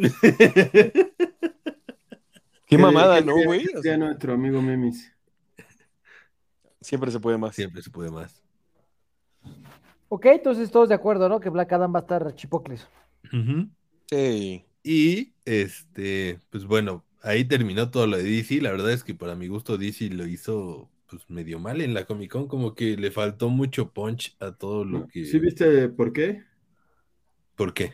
Speaker 4: Qué mamada,
Speaker 3: que-
Speaker 4: ¿no,
Speaker 3: que-
Speaker 4: güey?
Speaker 3: que sea
Speaker 4: O sea,
Speaker 3: nuestro amigo Memis.
Speaker 4: siempre se puede más.
Speaker 5: Siempre se puede más.
Speaker 2: Ok, entonces todos de acuerdo, ¿no? Que Black Adam va a estar chipocles.
Speaker 5: Ujú.
Speaker 4: Sí.
Speaker 5: Y este, pues bueno, ahí terminó todo lo de DC. La verdad es que para mi gusto DC lo hizo pues medio mal en la Comic Con, como que le faltó mucho punch a todo lo que.
Speaker 3: ¿Sí viste por qué?
Speaker 5: ¿Por qué?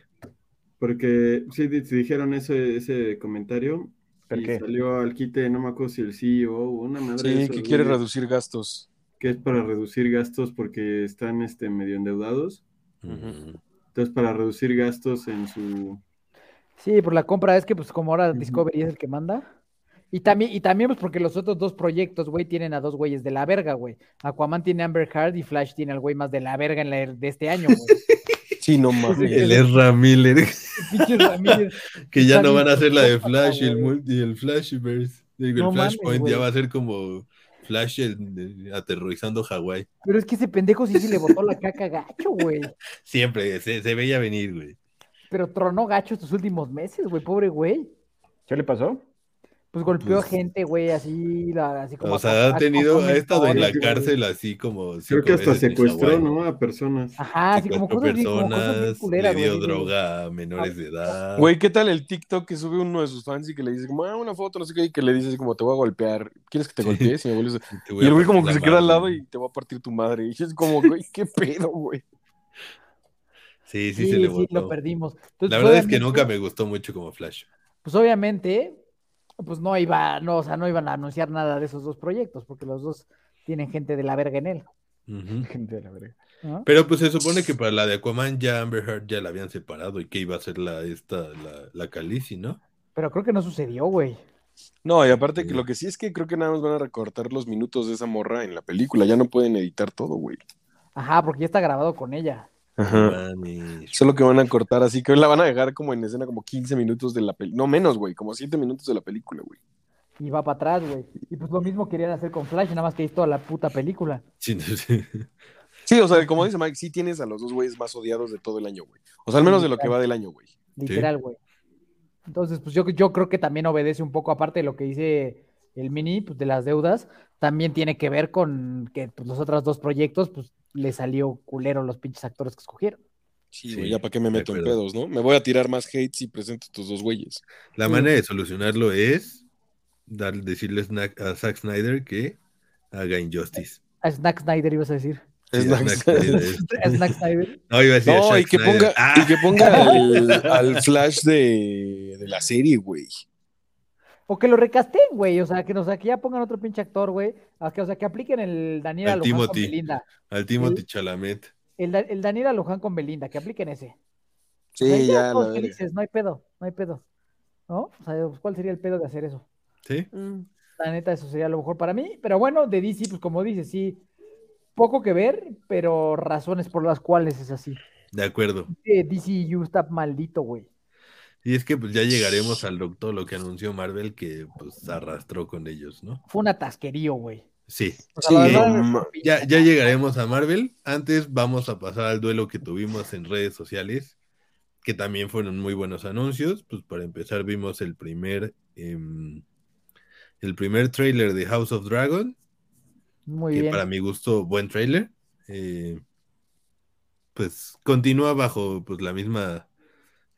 Speaker 3: Porque sí di- dijeron ese, ese comentario
Speaker 6: ¿Por
Speaker 3: y
Speaker 6: qué?
Speaker 3: salió al quite, no me acuerdo si el CEO o una madre. de
Speaker 4: Sí,
Speaker 3: esos,
Speaker 4: que quiere
Speaker 3: güey,
Speaker 4: reducir gastos.
Speaker 3: Que es para reducir gastos porque están este, medio endeudados.
Speaker 5: Mm.
Speaker 4: Ujú.
Speaker 3: Entonces, para reducir gastos en su.
Speaker 2: Sí, por la compra es que, pues, como ahora
Speaker 3: Ujú.
Speaker 2: Discovery es el que manda. Y también, y también, pues, porque los otros dos proyectos, güey, tienen a dos güeyes de la verga, güey. Aquaman tiene a Amber Heard y Flash tiene al güey más de la verga en la, de este año, güey.
Speaker 4: Sí, no mames.
Speaker 5: El Ezra Miller,
Speaker 2: Pinche Ramírez.
Speaker 5: que ya
Speaker 2: Está
Speaker 5: no van a
Speaker 2: bien
Speaker 5: hacer la de
Speaker 2: chingón,
Speaker 5: Flash y el,
Speaker 2: güey.
Speaker 5: multi- y el Flashverse. Digo, El
Speaker 2: No mames,
Speaker 5: Flashpoint
Speaker 2: güey.
Speaker 5: ya va a ser como Flash el- el- aterrorizando Hawái.
Speaker 2: Pero es que ese pendejo sí se le botó la caca gacho, güey.
Speaker 5: Siempre, se, se veía venir, güey.
Speaker 2: Pero tronó gacho estos últimos meses, güey, pobre güey.
Speaker 6: ¿Qué le pasó?
Speaker 2: Pues golpeó a
Speaker 5: Pues-
Speaker 2: gente, güey, así, la- así como.
Speaker 5: O sea, ha tenido, ha estado en la
Speaker 2: acosadores, güey.
Speaker 5: cárcel así como.
Speaker 3: Creo
Speaker 5: cinco
Speaker 3: que hasta
Speaker 5: veces en
Speaker 3: secuestró,
Speaker 5: Hawái.
Speaker 3: ¿no? A personas.
Speaker 2: Ajá, así Ah, como
Speaker 5: cuatro
Speaker 2: cosas bien, como cosas bien
Speaker 5: personas,
Speaker 2: culeras,
Speaker 5: le dio
Speaker 2: güey, así de-
Speaker 5: droga a menores de edad.
Speaker 4: Güey, ¿qué tal el TikTok que sube uno de sus fans y que le dice como, ah, una foto, no sé qué, y que le dice así como, te voy a golpear, ¿quieres que te golpee? Si me vuelves a-".
Speaker 5: Te voy
Speaker 4: Y
Speaker 5: a
Speaker 4: el güey como que se
Speaker 5: partir la
Speaker 4: queda al lado
Speaker 5: madre.
Speaker 4: y te va a partir tu madre. Y es como, güey, qué pedo, güey.
Speaker 5: Sí, sí,
Speaker 2: Sí,
Speaker 5: se le
Speaker 2: sí, lo
Speaker 5: botó.
Speaker 2: perdimos. Entonces,
Speaker 5: La verdad es
Speaker 2: obviamente-
Speaker 5: que nunca me gustó mucho como Flash.
Speaker 2: Pues obviamente, pues no iba, no, o sea, no iban a anunciar nada de esos dos proyectos, porque los dos tienen gente de la verga en él.
Speaker 5: Ujú.
Speaker 6: Gente de la verga.
Speaker 2: ¿no?
Speaker 5: Pero pues se supone que para la de Aquaman ya Amber Heard ya la habían separado y que iba a ser la esta la, la Khaleesi, ¿no?
Speaker 2: Pero creo que no sucedió, güey.
Speaker 4: No, y aparte que
Speaker 5: Sí.
Speaker 4: lo que sí es que creo que nada más van a recortar los minutos de esa morra en la película, ya no pueden editar todo, güey.
Speaker 2: Ajá, porque ya está grabado con ella.
Speaker 4: Ajá.
Speaker 5: Mames.
Speaker 4: Solo que van a cortar así, que la van a dejar como en escena como 15 minutos de la película, no menos, güey, como 7 minutos de la película, güey.
Speaker 2: Y va para atrás, güey. Y pues lo mismo querían hacer con Flash, nada más que hizo toda la puta película.
Speaker 5: Sí, no sé.
Speaker 4: Sí, o sea, como dice Mike, sí tienes a los dos güeyes más odiados de todo el año, güey. O sea, al menos de lo que va del año, güey.
Speaker 2: Literal, güey. Entonces, pues yo, yo creo que también obedece un poco, aparte de lo que dice el mini, pues de las deudas, también tiene que ver con que pues, los otros dos proyectos, pues le salió culero los pinches actores que escogieron.
Speaker 4: Sí,
Speaker 5: Sí,
Speaker 4: güey, ya para qué me
Speaker 5: de
Speaker 4: meto en
Speaker 5: acuerdo.
Speaker 4: pedos, ¿no? Me voy a tirar más hate si presento estos dos güeyes.
Speaker 5: La manera de solucionarlo es dar, decirle a Snack- a Zack Snyder que haga Injustice.
Speaker 2: A Snack Snyder ibas a decir.
Speaker 5: Sí, a
Speaker 4: Snack
Speaker 5: Snack
Speaker 4: Snyder.
Speaker 5: Snyder.
Speaker 2: A Snack Snyder.
Speaker 5: No, iba a decir a
Speaker 4: No, y
Speaker 5: Zack
Speaker 4: que
Speaker 5: Snyder.
Speaker 4: ponga,
Speaker 5: ¡Ah!
Speaker 4: y que ponga al, al Flash de, de la serie, güey.
Speaker 2: O que lo recasten, güey. O sea, que, o sea, que ya pongan otro pinche actor, güey. O que- o sea, que apliquen el Daniel
Speaker 5: Al
Speaker 2: Aloján con
Speaker 5: Timothy.
Speaker 2: Belinda.
Speaker 5: Al Timothy Chalamet.
Speaker 2: El, Da- el Daniel Aloján con Belinda, que apliquen ese. O sea,
Speaker 4: Sí, ya,
Speaker 2: todos
Speaker 4: la verga.
Speaker 2: felices, no hay pedo, no hay pedo. ¿No? O sea, pues, ¿cuál sería el pedo de hacer eso?
Speaker 5: ¿Sí?
Speaker 2: La neta, eso sería lo mejor para mí. Pero bueno, de DC, pues como dices, sí, poco que ver, pero razones por las cuales es así.
Speaker 5: De acuerdo.
Speaker 2: Eh, DCU está maldito, güey.
Speaker 5: Y es que pues ya llegaremos al doctor lo que anunció Marvel que pues arrastró con ellos, ¿no?
Speaker 2: Fue un atasquerío, güey.
Speaker 5: Sí.
Speaker 2: O sea, la
Speaker 5: Sí,
Speaker 2: verdad,
Speaker 4: no,
Speaker 2: pinche
Speaker 5: Ya, ya llegaremos a Marvel. Antes vamos a pasar al duelo que tuvimos en redes sociales, que también fueron muy buenos anuncios. Pues para empezar vimos el primer em, el primer tráiler de House of Dragon,
Speaker 2: Muy
Speaker 5: que
Speaker 2: bien.
Speaker 5: para mi gusto buen tráiler. Eh, pues continúa bajo pues la misma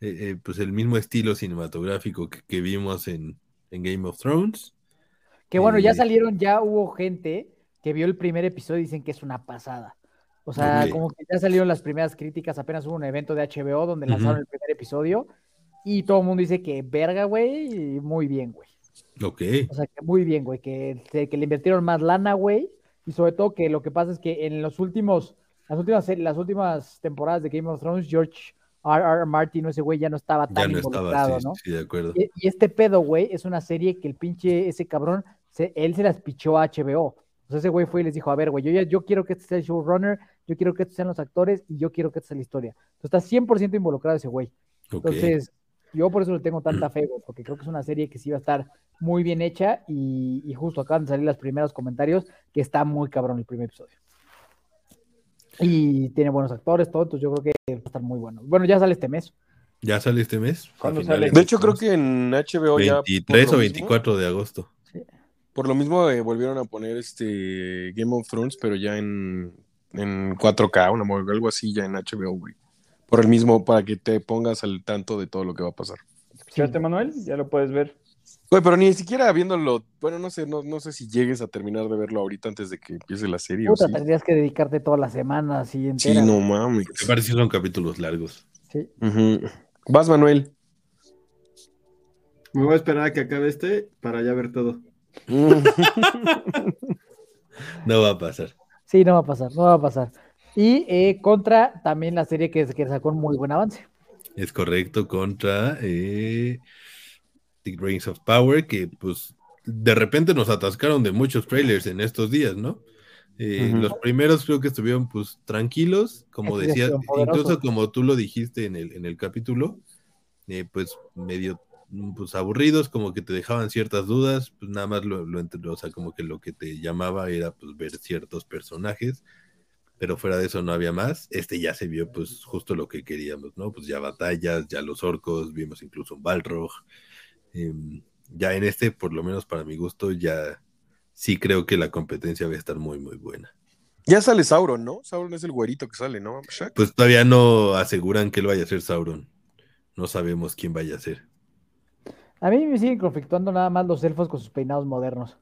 Speaker 5: eh, eh, pues el mismo estilo cinematográfico que, que vimos en, en Game of Thrones.
Speaker 2: Que bueno, ya
Speaker 5: Eh,
Speaker 2: salieron, ya hubo gente que vio el primer episodio y dicen que es una pasada. O sea,
Speaker 5: Ok.
Speaker 2: como que ya salieron las primeras críticas, apenas hubo un evento de HBO donde
Speaker 5: Ujú.
Speaker 2: lanzaron el primer episodio y todo el mundo dice que verga, güey, y muy bien, güey.
Speaker 5: Ok.
Speaker 2: O sea, que muy bien, güey, que, se- que le invirtieron más lana, güey, y sobre todo que lo que pasa es que en los últimos, las últimas, se- las últimas temporadas de Game of Thrones, George R. R. Martin, ese güey ya no estaba
Speaker 5: Ya
Speaker 2: tan
Speaker 5: no
Speaker 2: involucrado,
Speaker 5: estaba así,
Speaker 2: ¿no?
Speaker 5: sí, de acuerdo.
Speaker 2: Y, y este pedo, güey, es una serie que el pinche ese cabrón, se- él se las pichó a HBO. O O sea, ese güey fue y les dijo, a ver, güey, yo, ya, yo quiero que este sea el showrunner, yo quiero que estos sean los actores y yo quiero que esta sea la historia. Entonces está 100% involucrado ese güey.
Speaker 5: Ok.
Speaker 2: Entonces, yo por eso le tengo tanta fe, güey, porque creo que es una serie que sí va a estar muy bien hecha y, y justo acaban de salir los primeros comentarios que está muy cabrón el primer episodio. Y tiene buenos actores, todo, entonces yo creo que va a estar muy bueno. Bueno, ya sale este mes.
Speaker 5: ¿Ya sale este mes? A
Speaker 6: ¿Cuándo sale?
Speaker 5: finales
Speaker 4: De hecho, creo que en HBO ya. por
Speaker 5: 23
Speaker 4: lo
Speaker 5: o
Speaker 4: mismo-
Speaker 5: 24 de agosto.
Speaker 4: por lo mismo eh, volvieron a poner este Game of Thrones, pero ya en, en 4K, una mo- algo así, ya en HBO, güey. Por el mismo, para que te pongas al tanto de todo lo que va a pasar.
Speaker 6: ¿Escuchaste, Manuel? Ya lo puedes ver.
Speaker 4: Güey, pero ni siquiera viéndolo. Bueno, no sé, no, no sé si llegues a terminar de verlo ahorita antes de que empiece la serie. o
Speaker 2: Puta,
Speaker 4: sí.
Speaker 2: tendrías que dedicarte toda la semana así
Speaker 4: Sí,
Speaker 2: entera.
Speaker 4: no mames.
Speaker 5: Me parece que son capítulos largos.
Speaker 2: Sí.
Speaker 4: Ujú. Vas, Manuel.
Speaker 3: Me voy a esperar a que acabe este para ya ver todo.
Speaker 5: No va a pasar.
Speaker 2: Sí, no va a pasar, no va a pasar. Y eh, contra también la serie que, que sacó un muy buen avance.
Speaker 5: Es correcto contra eh, The Rings of Power, que pues de repente nos atascaron de muchos trailers en estos días, ¿no? Eh,
Speaker 4: Ujú.
Speaker 5: Los primeros creo que estuvieron pues tranquilos, como
Speaker 2: Estos ya
Speaker 5: decía,
Speaker 2: estuvieron poderosos.
Speaker 5: incluso como tú lo dijiste en el, en el capítulo, eh, pues medio mm, pues aburridos, como que te dejaban ciertas dudas, pues nada más lo, lo entre- o sea, como que lo que te llamaba era pues ver ciertos personajes, pero fuera de eso no había más. Este ya se vio pues justo lo que queríamos, ¿no? Pues ya batallas, ya los orcos, vimos incluso un Balrog. Em, ya en este, por lo menos para mi gusto, ya sí creo que la competencia va a estar muy, muy buena.
Speaker 4: ya sale Sauron, ¿no? Sauron es el güerito que sale, ¿no? Shaq?
Speaker 5: Pues todavía no aseguran que él vaya a ser Sauron. No sabemos quién vaya a ser.
Speaker 2: A mí me siguen conflictuando nada más los elfos con sus peinados modernos.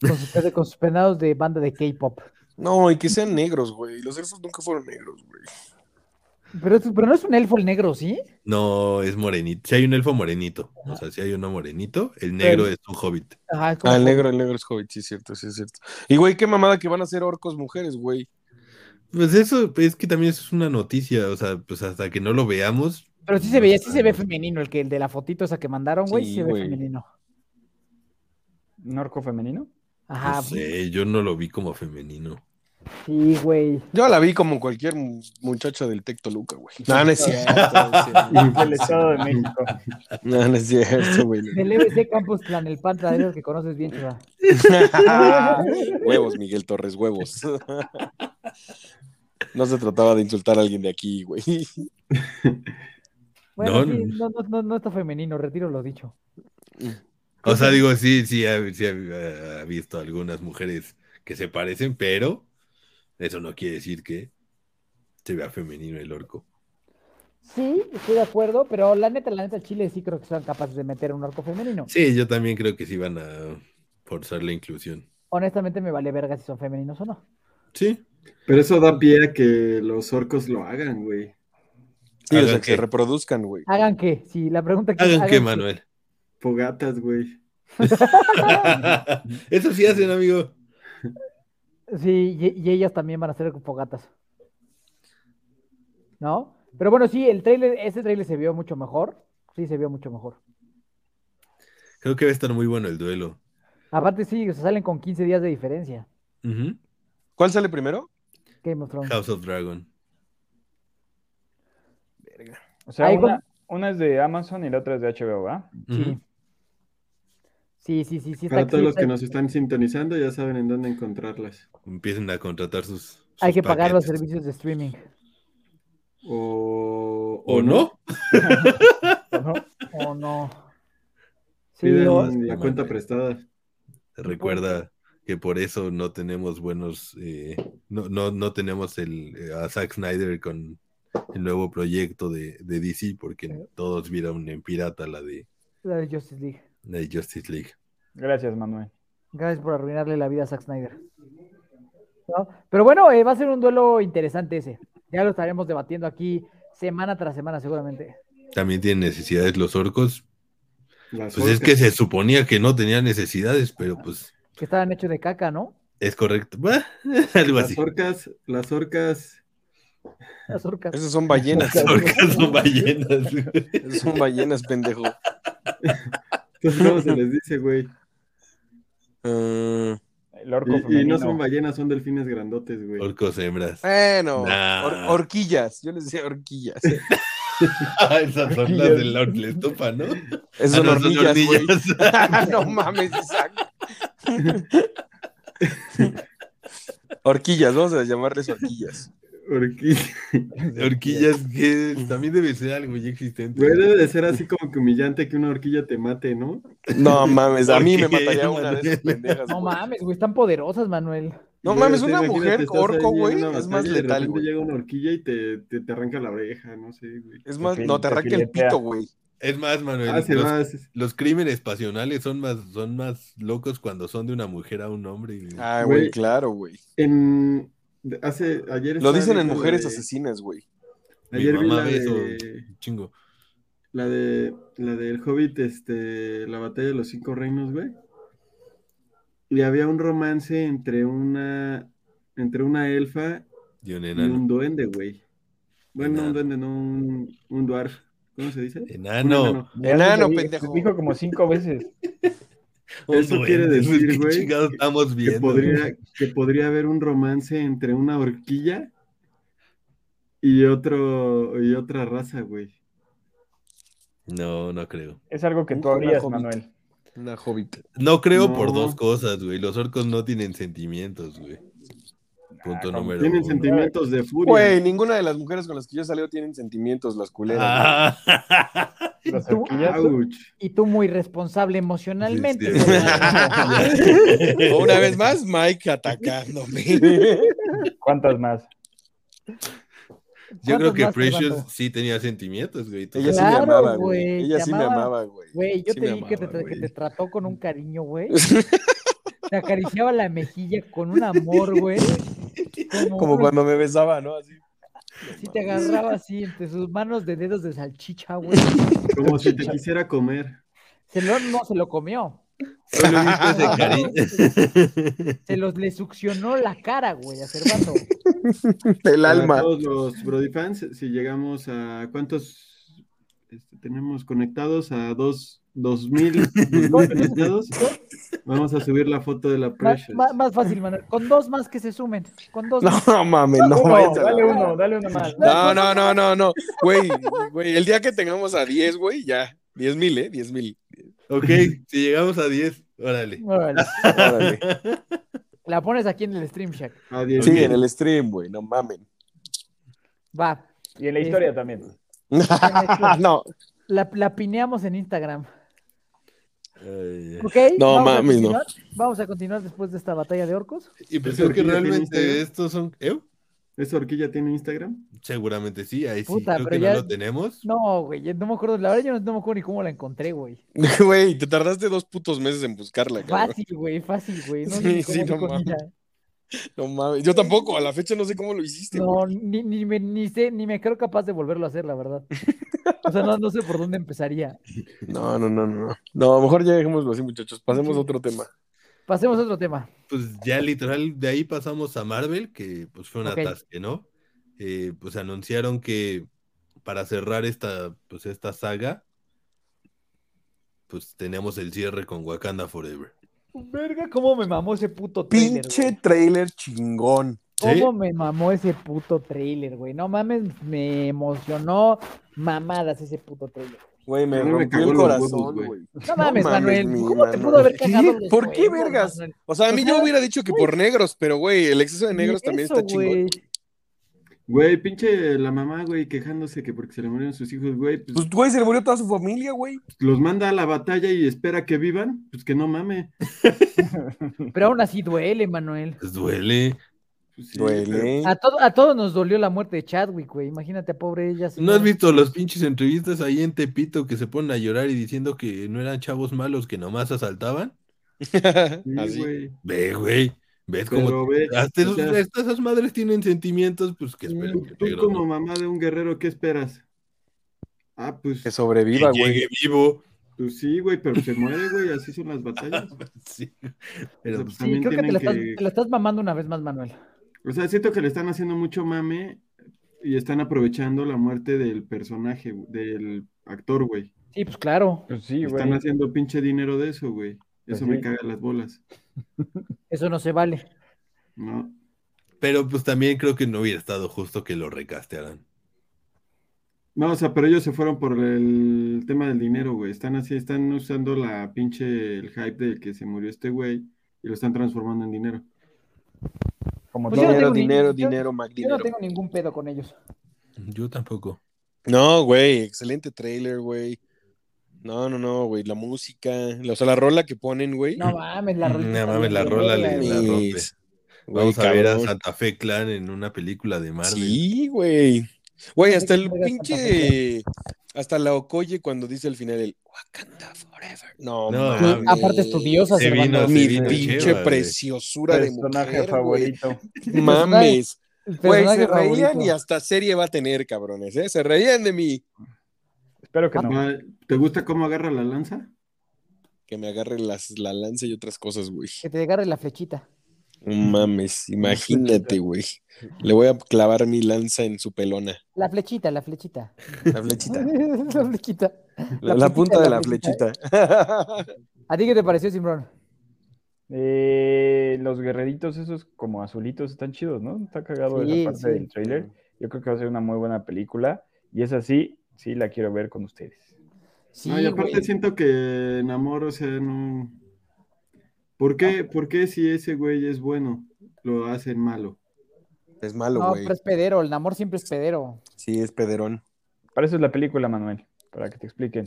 Speaker 2: Con sus, pe- con sus peinados de banda de K-pop.
Speaker 4: No, y que sean negros, güey. Los elfos nunca fueron negros, güey.
Speaker 2: Pero, es- pero no es un elfo el negro, ¿sí?
Speaker 5: No, es morenito. Si hay un elfo morenito. O sea, si hay uno morenito, el negro es un hobbit.
Speaker 2: Ajá, es como
Speaker 4: Ah, el
Speaker 2: por-
Speaker 4: negro, el negro es hobbit, sí es cierto, sí es cierto. Y güey, qué mamada que van a ser orcos mujeres, güey.
Speaker 5: Pues eso, es que también es una noticia. O sea, pues hasta que no lo veamos.
Speaker 2: Pero sí se veía, sí se ve femenino, el que el de la fotito esa que mandaron, güey, sí,
Speaker 4: Sí,
Speaker 2: se ve
Speaker 4: güey.
Speaker 2: femenino.
Speaker 6: ¿Norco femenino?
Speaker 2: Ajá,
Speaker 5: No sé, yo no lo vi como femenino.
Speaker 2: sí, güey.
Speaker 4: Yo la vi como cualquier mu- muchacha del Tec Toluca, güey. No, no es cierto. no es cierto.
Speaker 6: Del Estado de México.
Speaker 4: No, no es cierto, güey.
Speaker 2: Del EBC Campus Clan, el pan tradero que conoces bien, chula.
Speaker 4: huevos, Miguel Torres, huevos. No se trataba de insultar a alguien de aquí, güey.
Speaker 2: Bueno,
Speaker 5: No,
Speaker 2: sí,
Speaker 5: no.
Speaker 2: no, no, no, no está femenino, retiro lo dicho.
Speaker 5: O sea, digo, sí, sí, ha, sí ha- ha visto algunas mujeres que se parecen, pero eso no quiere decir que se vea femenino el orco.
Speaker 2: Sí, estoy de acuerdo, pero la neta, la neta, Chile sí creo que son capaces de meter un arco femenino.
Speaker 5: Sí, yo también creo que sí van a forzar la inclusión.
Speaker 2: Honestamente, me vale verga si son femeninos o no.
Speaker 5: Sí,
Speaker 3: Pero eso da pie a que los orcos lo hagan, güey.
Speaker 4: Sí, o
Speaker 5: Hagan
Speaker 4: sea, que se
Speaker 5: que-
Speaker 4: reproduzcan, güey.
Speaker 2: Hagan qué, sí, la pregunta que
Speaker 5: hagan que Manuel.
Speaker 3: Fogatas, güey.
Speaker 5: Eso sí hacen, amigo.
Speaker 2: Sí, y, y ellas también van a hacer fogatas. ¿No? Pero bueno, sí, el trailer, ese trailer se vio mucho mejor. Sí, se vio mucho mejor.
Speaker 5: Creo que va a estar muy bueno el duelo.
Speaker 2: Aparte, sí, o sea, salen con 15 días de diferencia.
Speaker 5: Ujú.
Speaker 4: ¿Cuál sale primero?
Speaker 2: Game of Thrones.
Speaker 5: House of Dragon.
Speaker 6: O sea,
Speaker 2: Ahí
Speaker 6: una, una es de Amazon y la otra es de HBO, ¿va?
Speaker 5: Ujú.
Speaker 2: Sí. Sí, sí, sí, sí. está-
Speaker 3: Para todos
Speaker 2: sí,
Speaker 3: los
Speaker 2: está-
Speaker 3: que nos están sintonizando, ya saben en dónde encontrarlas.
Speaker 5: Empiecen a contratar sus. sus
Speaker 2: Hay que pagar los
Speaker 5: paquetes.
Speaker 2: servicios de streaming.
Speaker 3: O,
Speaker 5: ¿O no?
Speaker 2: ¿O no? ¿O Oh, no? Sí,
Speaker 3: Piden
Speaker 2: o-
Speaker 3: la cuenta prestada.
Speaker 5: Recuerda que por eso no tenemos buenos, eh, no, no, no tenemos el, eh, a Zack Snyder con el nuevo proyecto de, de DC, porque todos vieron en pirata la de,
Speaker 2: la de Justice League.
Speaker 5: la de Justice League.
Speaker 6: Gracias, Manuel.
Speaker 2: Gracias por arruinarle la vida a Zack Snyder. ¿No? Pero bueno, eh, va a ser un duelo interesante ese. Ya lo estaremos debatiendo aquí semana tras semana, seguramente.
Speaker 5: También tienen necesidades los orcos.
Speaker 3: Las
Speaker 5: Pues es que se suponía que no tenían necesidades, pero pues
Speaker 2: Que estaban hechos de caca, ¿no?
Speaker 5: es correcto. Bah, algo así.
Speaker 3: Las orcas, las orcas.
Speaker 2: Las orcas.
Speaker 4: Esas son ballenas.
Speaker 5: Las orcas son ballenas.
Speaker 4: Esas son ballenas, pendejo.
Speaker 3: Entonces, ¿cómo se les dice, güey?
Speaker 4: Ah,
Speaker 6: El orco
Speaker 3: Y, y
Speaker 6: femenino.
Speaker 3: no son ballenas, son delfines grandotes, güey.
Speaker 5: Orcos hembras.
Speaker 3: Ah,
Speaker 4: Bueno,
Speaker 5: Nah.
Speaker 4: hor- horquillas. Yo les decía horquillas.
Speaker 5: Ah, Esas son las del Lord Estopa, ¿no?
Speaker 4: Esas
Speaker 5: Ah,
Speaker 4: son
Speaker 5: no,
Speaker 4: hornillas, güey.
Speaker 5: hornillas.
Speaker 4: no mames, Isaac. horquillas, vamos a llamarles horquillas.
Speaker 3: Horquilla.
Speaker 5: Horquillas que también debe ser algo ya existente.
Speaker 3: Güey, debe de ser así como que humillante que una horquilla te mate, ¿no?
Speaker 4: No mames, a mí me
Speaker 5: Horquillas,
Speaker 4: mataría una de esas
Speaker 5: Manuel.
Speaker 4: pendejas.
Speaker 2: No
Speaker 4: güey.
Speaker 2: mames, güey, están poderosas, Manuel.
Speaker 4: No
Speaker 3: Güey,
Speaker 4: mames,
Speaker 3: o sea,
Speaker 4: una
Speaker 3: imagínate,
Speaker 4: mujer
Speaker 3: estás ahí en
Speaker 4: orco,
Speaker 3: una
Speaker 4: güey,
Speaker 3: batalla
Speaker 4: es más
Speaker 3: y de
Speaker 4: letal,
Speaker 3: repente
Speaker 4: güey.
Speaker 3: llega una horquilla y te, te, te arranca la oreja, no sé, güey.
Speaker 4: Es más,
Speaker 6: Te
Speaker 4: no, te
Speaker 6: fil- te
Speaker 4: arranca el
Speaker 6: filetea.
Speaker 4: pito, güey.
Speaker 5: Es más, Manuel,
Speaker 3: Ah, se
Speaker 5: los,
Speaker 3: va. se-
Speaker 5: los crímenes pasionales son más, son más locos cuando son de una mujer a un hombre. güey.
Speaker 4: Ah,
Speaker 3: Güey.
Speaker 4: güey, claro, güey.
Speaker 3: En... de- Hace, ayer
Speaker 4: Lo
Speaker 3: estaba
Speaker 4: dicen en
Speaker 3: viendo la
Speaker 4: mujeres
Speaker 3: de-
Speaker 4: asesinas, güey.
Speaker 5: Mi
Speaker 3: Ayer vi
Speaker 5: mamá
Speaker 3: la
Speaker 5: ve eso.
Speaker 3: de,
Speaker 5: Chingo.
Speaker 3: la de la del Hobbit, este, la batalla de los cinco reinos, güey. Y había un romance entre una entre una elfa
Speaker 5: Y un
Speaker 3: y
Speaker 5: enano.
Speaker 3: un duende, güey. Bueno, no un
Speaker 5: Enano.
Speaker 3: duende, no un, un dwarf. ¿Cómo se dice?
Speaker 5: Enano.
Speaker 3: Un enano.
Speaker 6: Ya
Speaker 4: Enano,
Speaker 6: lo di-
Speaker 4: pendejo.
Speaker 6: Dijo como cinco veces.
Speaker 5: Un
Speaker 3: Eso
Speaker 5: duende,
Speaker 3: quiere
Speaker 5: pues,
Speaker 3: decir,
Speaker 5: ¿qué
Speaker 3: güey,
Speaker 5: chingados estamos
Speaker 3: Que
Speaker 5: viendo?
Speaker 3: podría, que podría haber un romance entre una horquilla y otro y otra raza, güey.
Speaker 5: No, no creo.
Speaker 6: Es algo que tú
Speaker 4: Una
Speaker 6: harías,
Speaker 4: hobbit.
Speaker 6: Manuel.
Speaker 4: Una hobbit.
Speaker 5: No creo
Speaker 3: No.
Speaker 5: por dos cosas, güey. Los orcos no tienen sentimientos, güey. Punto
Speaker 6: Ah,
Speaker 5: número
Speaker 3: Tienen
Speaker 5: uno.
Speaker 3: sentimientos de furia.
Speaker 4: Güey, ninguna de las mujeres con las que yo he salido tienen sentimientos, las culeras.
Speaker 5: Ah.
Speaker 6: Las
Speaker 2: tú?
Speaker 6: horquillas.
Speaker 3: Ouch.
Speaker 2: Y tú muy responsable emocionalmente.
Speaker 5: Sí, sí.
Speaker 4: güey. Una vez más, Mike atacándome.
Speaker 6: ¿Cuántas más?
Speaker 5: Yo creo que
Speaker 2: ¿Cuántas más te
Speaker 5: Precious
Speaker 2: faltan?
Speaker 5: sí tenía sentimientos, güey. Tú-
Speaker 4: Ella sí
Speaker 2: Claro,
Speaker 4: me amaba, güey.
Speaker 2: güey,
Speaker 4: Ella
Speaker 2: te
Speaker 4: sí me
Speaker 2: amaba.
Speaker 4: amaba, güey.
Speaker 2: Güey, yo te
Speaker 5: Sí me
Speaker 2: dije que, te,
Speaker 5: amaba,
Speaker 2: tra- que
Speaker 5: güey.
Speaker 2: te trató con un cariño, güey. Te acariciaba la mejilla con un amor, güey. Como,
Speaker 4: Como
Speaker 2: un-
Speaker 4: cuando me besaba, ¿no? Así.
Speaker 2: Sí te agarraba así entre sus manos de dedos de salchicha, güey.
Speaker 3: Como si te quisiera comer.
Speaker 2: Se lo, no se lo comió.
Speaker 5: Solo he visto ese cariño.
Speaker 2: Se los le succionó la cara, güey, a Cervando.
Speaker 4: El
Speaker 3: Para
Speaker 4: alma.
Speaker 3: todos los Brody fans, si llegamos a cuántos este, tenemos conectados a dos dos mil conectados, vamos a subir la foto de la
Speaker 2: Más,
Speaker 3: Precious.
Speaker 2: más- más fácil, Manuel. Con dos más que se sumen. Con dos más.
Speaker 4: No mames, no
Speaker 6: Uno,
Speaker 4: vayas a la-
Speaker 6: dale uno, dale uno más.
Speaker 4: No, no, no, no, no. Güey, güey, el día que tengamos a 10, güey, ya. 10 mil, ¿eh? 10 mil.
Speaker 5: Ok, si llegamos a 10, órale.
Speaker 2: Órale.
Speaker 4: Órale.
Speaker 2: La pones aquí en el Stream Shack.
Speaker 3: A Ah, diez
Speaker 4: Sí,
Speaker 3: mil.
Speaker 4: en el stream, güey, no mamen.
Speaker 2: Va.
Speaker 6: Y
Speaker 2: Este
Speaker 6: en la historia también.
Speaker 4: no,
Speaker 2: La, la pineamos en Instagram.
Speaker 5: Ay, ay.
Speaker 2: ¿Ok?
Speaker 4: No,
Speaker 2: Vamos a
Speaker 4: mames, no.
Speaker 2: continuar. Vamos a continuar después de esta batalla de orcos.
Speaker 5: Y pues
Speaker 3: ¿Es
Speaker 5: creo que
Speaker 3: horquilla tiene
Speaker 5: realmente
Speaker 3: Instagram?
Speaker 5: estos son. ¿Eh?
Speaker 3: ¿Esa horquilla tiene Instagram?
Speaker 5: Seguramente sí, ahí sí.
Speaker 2: Puta,
Speaker 5: creo que
Speaker 2: pero
Speaker 5: no
Speaker 2: ya-
Speaker 5: lo tenemos.
Speaker 2: No, güey, ya no me acuerdo. La verdad, yo no, no me acuerdo ni cómo la encontré, güey.
Speaker 4: güey, te tardaste dos putos meses en buscarla, cabrón.
Speaker 2: Fácil, güey, fácil, güey. No, sé
Speaker 4: Sí,
Speaker 2: ni cómo
Speaker 4: sí,
Speaker 2: di
Speaker 4: no
Speaker 2: con
Speaker 4: mames.
Speaker 2: ella.
Speaker 4: No mames. Yo tampoco, a la fecha no sé cómo lo hiciste, güey.
Speaker 2: No, ni, ni me, ni sé, ni me creo capaz de volverlo a hacer, la verdad. O sea, no, no sé por dónde empezaría.
Speaker 4: No, no, no, no. No, mejor ya dejémoslo así, muchachos. Pasemos a otro tema.
Speaker 2: Pasemos a otro tema.
Speaker 5: Pues ya literal, de ahí pasamos a Marvel, que pues fue un
Speaker 2: Ok.
Speaker 5: atasque, ¿no? Eh, pues anunciaron que para cerrar esta, pues, esta saga, pues tenemos el cierre con Wakanda Forever.
Speaker 2: Verga, cómo me mamó ese puto trailer.
Speaker 4: Pinche trailer chingón.
Speaker 5: ¿Sí?
Speaker 2: ¿Cómo me mamó ese puto trailer, güey? No mames, me emocionó mamadas ese puto trailer.
Speaker 4: Güey, me
Speaker 3: A mí me
Speaker 4: rompió
Speaker 3: cagó
Speaker 4: el
Speaker 3: los huevos,
Speaker 4: corazón,
Speaker 3: güey.
Speaker 4: güey.
Speaker 2: No mames,
Speaker 4: mames,
Speaker 2: Manuel.
Speaker 4: mi
Speaker 2: ¿Cómo te pudo
Speaker 4: Manuel.
Speaker 2: haber cagado?
Speaker 4: ¿Qué?
Speaker 2: los
Speaker 4: ¿Por qué,
Speaker 2: huevos,
Speaker 4: vergas?
Speaker 2: Manuel?
Speaker 4: O sea, a mí
Speaker 2: O
Speaker 4: yo
Speaker 2: sea,
Speaker 4: hubiera dicho que por negros, pero güey, el exceso de negros
Speaker 2: Ni
Speaker 4: también
Speaker 2: eso,
Speaker 4: está chingón.
Speaker 2: güey.
Speaker 3: Güey, pinche la mamá, güey, quejándose que porque se le murieron sus hijos, güey, pues
Speaker 4: Pues, güey, se le murió toda su familia, güey.
Speaker 5: Pues
Speaker 3: los manda a la batalla y espera que vivan, pues que no mame.
Speaker 2: Pero aún así duele, Manuel.
Speaker 5: Pues duele.
Speaker 3: Pues sí, pero-
Speaker 4: Duele.
Speaker 2: A, todo- a todos nos dolió la muerte de Chadwick, güey. Imagínate, pobre ella.
Speaker 5: ¿No has
Speaker 2: señora.
Speaker 5: visto los pinches entrevistas ahí en Tepito que se ponen a llorar y diciendo que no eran chavos malos que nomás asaltaban?
Speaker 3: sí,
Speaker 4: Así.
Speaker 3: güey.
Speaker 5: Ve, güey. ¿Ves
Speaker 3: Pero
Speaker 5: cómo?
Speaker 3: ve,
Speaker 5: Hasta
Speaker 3: o
Speaker 5: esos-
Speaker 3: sea,
Speaker 5: hasta esas madres tienen sentimientos, pues que espero
Speaker 3: tú,
Speaker 5: que
Speaker 3: tú
Speaker 5: negro,
Speaker 3: como
Speaker 5: ¿no?
Speaker 3: mamá de un guerrero, ¿qué esperas? Ah, pues
Speaker 4: Que
Speaker 5: Que
Speaker 4: sobreviva, güey.
Speaker 5: llegue vivo.
Speaker 3: Pues sí, güey, pero se muere, güey, así son las batallas.
Speaker 5: Sí.
Speaker 3: O sea,
Speaker 5: Pero,
Speaker 3: pues,
Speaker 5: pues,
Speaker 2: Sí,
Speaker 3: también
Speaker 2: creo que te, la
Speaker 3: tienen
Speaker 2: estás,
Speaker 3: que-
Speaker 2: te la estás mamando una vez más, Manuel.
Speaker 3: O sea, siento que le están haciendo mucho mame y están aprovechando la muerte del personaje, güey, del actor, güey.
Speaker 2: Sí, pues claro.
Speaker 6: Pues sí,
Speaker 3: Están
Speaker 6: güey.
Speaker 3: haciendo pinche dinero de eso, güey.
Speaker 6: Pues
Speaker 3: Eso me
Speaker 6: sí.
Speaker 3: caga las bolas.
Speaker 2: Eso no se vale.
Speaker 3: No.
Speaker 5: Pero pues también creo que no hubiera estado justo que lo recastearan.
Speaker 3: No, o sea, pero ellos se fueron por el tema del dinero, güey. Están así, están usando la pinche el hype del que se murió este güey y lo están transformando en dinero.
Speaker 6: Como
Speaker 2: Pues yo
Speaker 6: todo.
Speaker 2: no
Speaker 4: dinero,
Speaker 2: tengo ni-
Speaker 4: dinero,
Speaker 2: yo-
Speaker 4: dinero, Mac,
Speaker 2: Yo no
Speaker 4: dinero.
Speaker 2: tengo ningún pedo con ellos.
Speaker 5: Yo tampoco.
Speaker 4: No, güey, excelente trailer, güey. No, no, no, güey, la música, la- o sea, la rola que ponen, güey.
Speaker 2: No mames, la
Speaker 5: Mm, No
Speaker 2: rola.
Speaker 5: mames, la rola le-
Speaker 4: Mis-
Speaker 5: la rompe.
Speaker 4: güey,
Speaker 5: Vamos a ver a
Speaker 4: cabrón.
Speaker 5: Santa Fe Clan en una película de Marvel.
Speaker 4: Sí, güey. Güey, hasta el
Speaker 2: Santa Fe
Speaker 4: pinche. Hasta la Okoye cuando dice al final el Wakanda Forever. No,
Speaker 5: No,
Speaker 4: mames.
Speaker 5: mames.
Speaker 2: Aparte estudiosa,
Speaker 5: Se
Speaker 2: hermano.
Speaker 5: vino, se
Speaker 4: Mi
Speaker 5: vino
Speaker 4: pinche
Speaker 5: chiva, güey.
Speaker 4: preciosura de
Speaker 6: personaje
Speaker 4: mujer, güey.
Speaker 6: favorito.
Speaker 4: Mames.
Speaker 2: El
Speaker 4: Güey, se
Speaker 2: personaje
Speaker 4: reían
Speaker 2: favorito.
Speaker 4: y hasta serie va a tener, cabrones, ¿eh? Se reían de mí.
Speaker 6: Espero que no.
Speaker 3: Ah, ¿Te gusta cómo agarra la lanza?
Speaker 4: Que me agarre las, la lanza y otras cosas, güey.
Speaker 2: Que te agarre la flechita.
Speaker 4: No Mames, imagínate, güey. Le voy a clavar mi lanza en su pelona.
Speaker 2: La flechita, la flechita.
Speaker 4: La flechita.
Speaker 2: la flechita.
Speaker 4: La,
Speaker 2: La
Speaker 4: punta de la
Speaker 2: flechita,
Speaker 4: flechita.
Speaker 2: ¿A ti qué te pareció, Simbrón?
Speaker 6: Eh, los guerreritos esos como azulitos están chidos, ¿no? Está cagado de
Speaker 2: Sí,
Speaker 6: la parte
Speaker 2: sí.
Speaker 6: del trailer. Yo creo que va a ser una muy buena película. Y es así, sí la quiero ver con ustedes.
Speaker 2: Sí,
Speaker 3: no, y aparte
Speaker 2: güey.
Speaker 3: siento que enamoro, o sea, no. ¿Por qué, ¿Por qué si ese güey es bueno, lo hacen malo?
Speaker 4: Es malo,
Speaker 2: No,
Speaker 4: güey.
Speaker 2: pero es pedero. El amor siempre es pedero.
Speaker 4: Sí, es pederón.
Speaker 6: Para eso es la película, Manuel, para que te expliquen.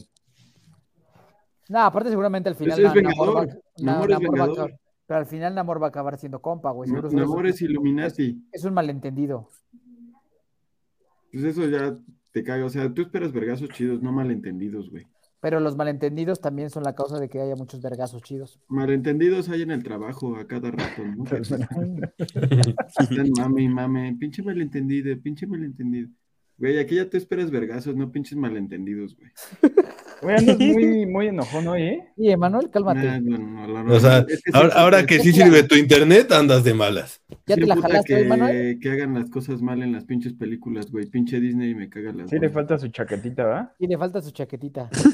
Speaker 2: No, aparte seguramente al final
Speaker 3: Ese Pues es
Speaker 2: Na- Namor
Speaker 3: vengador.
Speaker 2: va- Na- Namor
Speaker 3: Namor es
Speaker 2: va a
Speaker 3: vengador.
Speaker 2: acabar- Pero al final Namor va a acabar siendo compa, güey. Seguro es-
Speaker 3: Enamor es Illuminati.
Speaker 2: Es un malentendido.
Speaker 3: Pues eso ya te caga. O sea, tú esperas vergazos chidos, no malentendidos, güey.
Speaker 2: Pero los malentendidos también son la causa de que haya muchos vergazos chidos.
Speaker 3: Malentendidos hay en el trabajo a cada rato, ¿no? Están mame y mame. Pinche malentendido, pinche malentendido. Güey, aquí ya te esperas vergazos, no pinches malentendidos, güey.
Speaker 6: Güey, andas muy, muy enojón hoy, ¿eh?
Speaker 2: Y Emanuel, cálmate.
Speaker 3: Nah, no, no, la
Speaker 5: O sea,
Speaker 3: verdad, es
Speaker 5: ahora,
Speaker 3: se-
Speaker 5: ahora que sí sirve tu internet, andas de malas.
Speaker 2: ¿Ya
Speaker 3: se
Speaker 2: te la
Speaker 3: emputa
Speaker 2: jalaste, ¿eh, Emanuel?
Speaker 3: que, que hagan las cosas mal en las pinches películas, güey. Pinche Disney me caga las
Speaker 6: Sí le
Speaker 3: bolas.
Speaker 6: falta su chaquetita, ¿va?
Speaker 2: Y le falta su chaquetita.
Speaker 3: Pues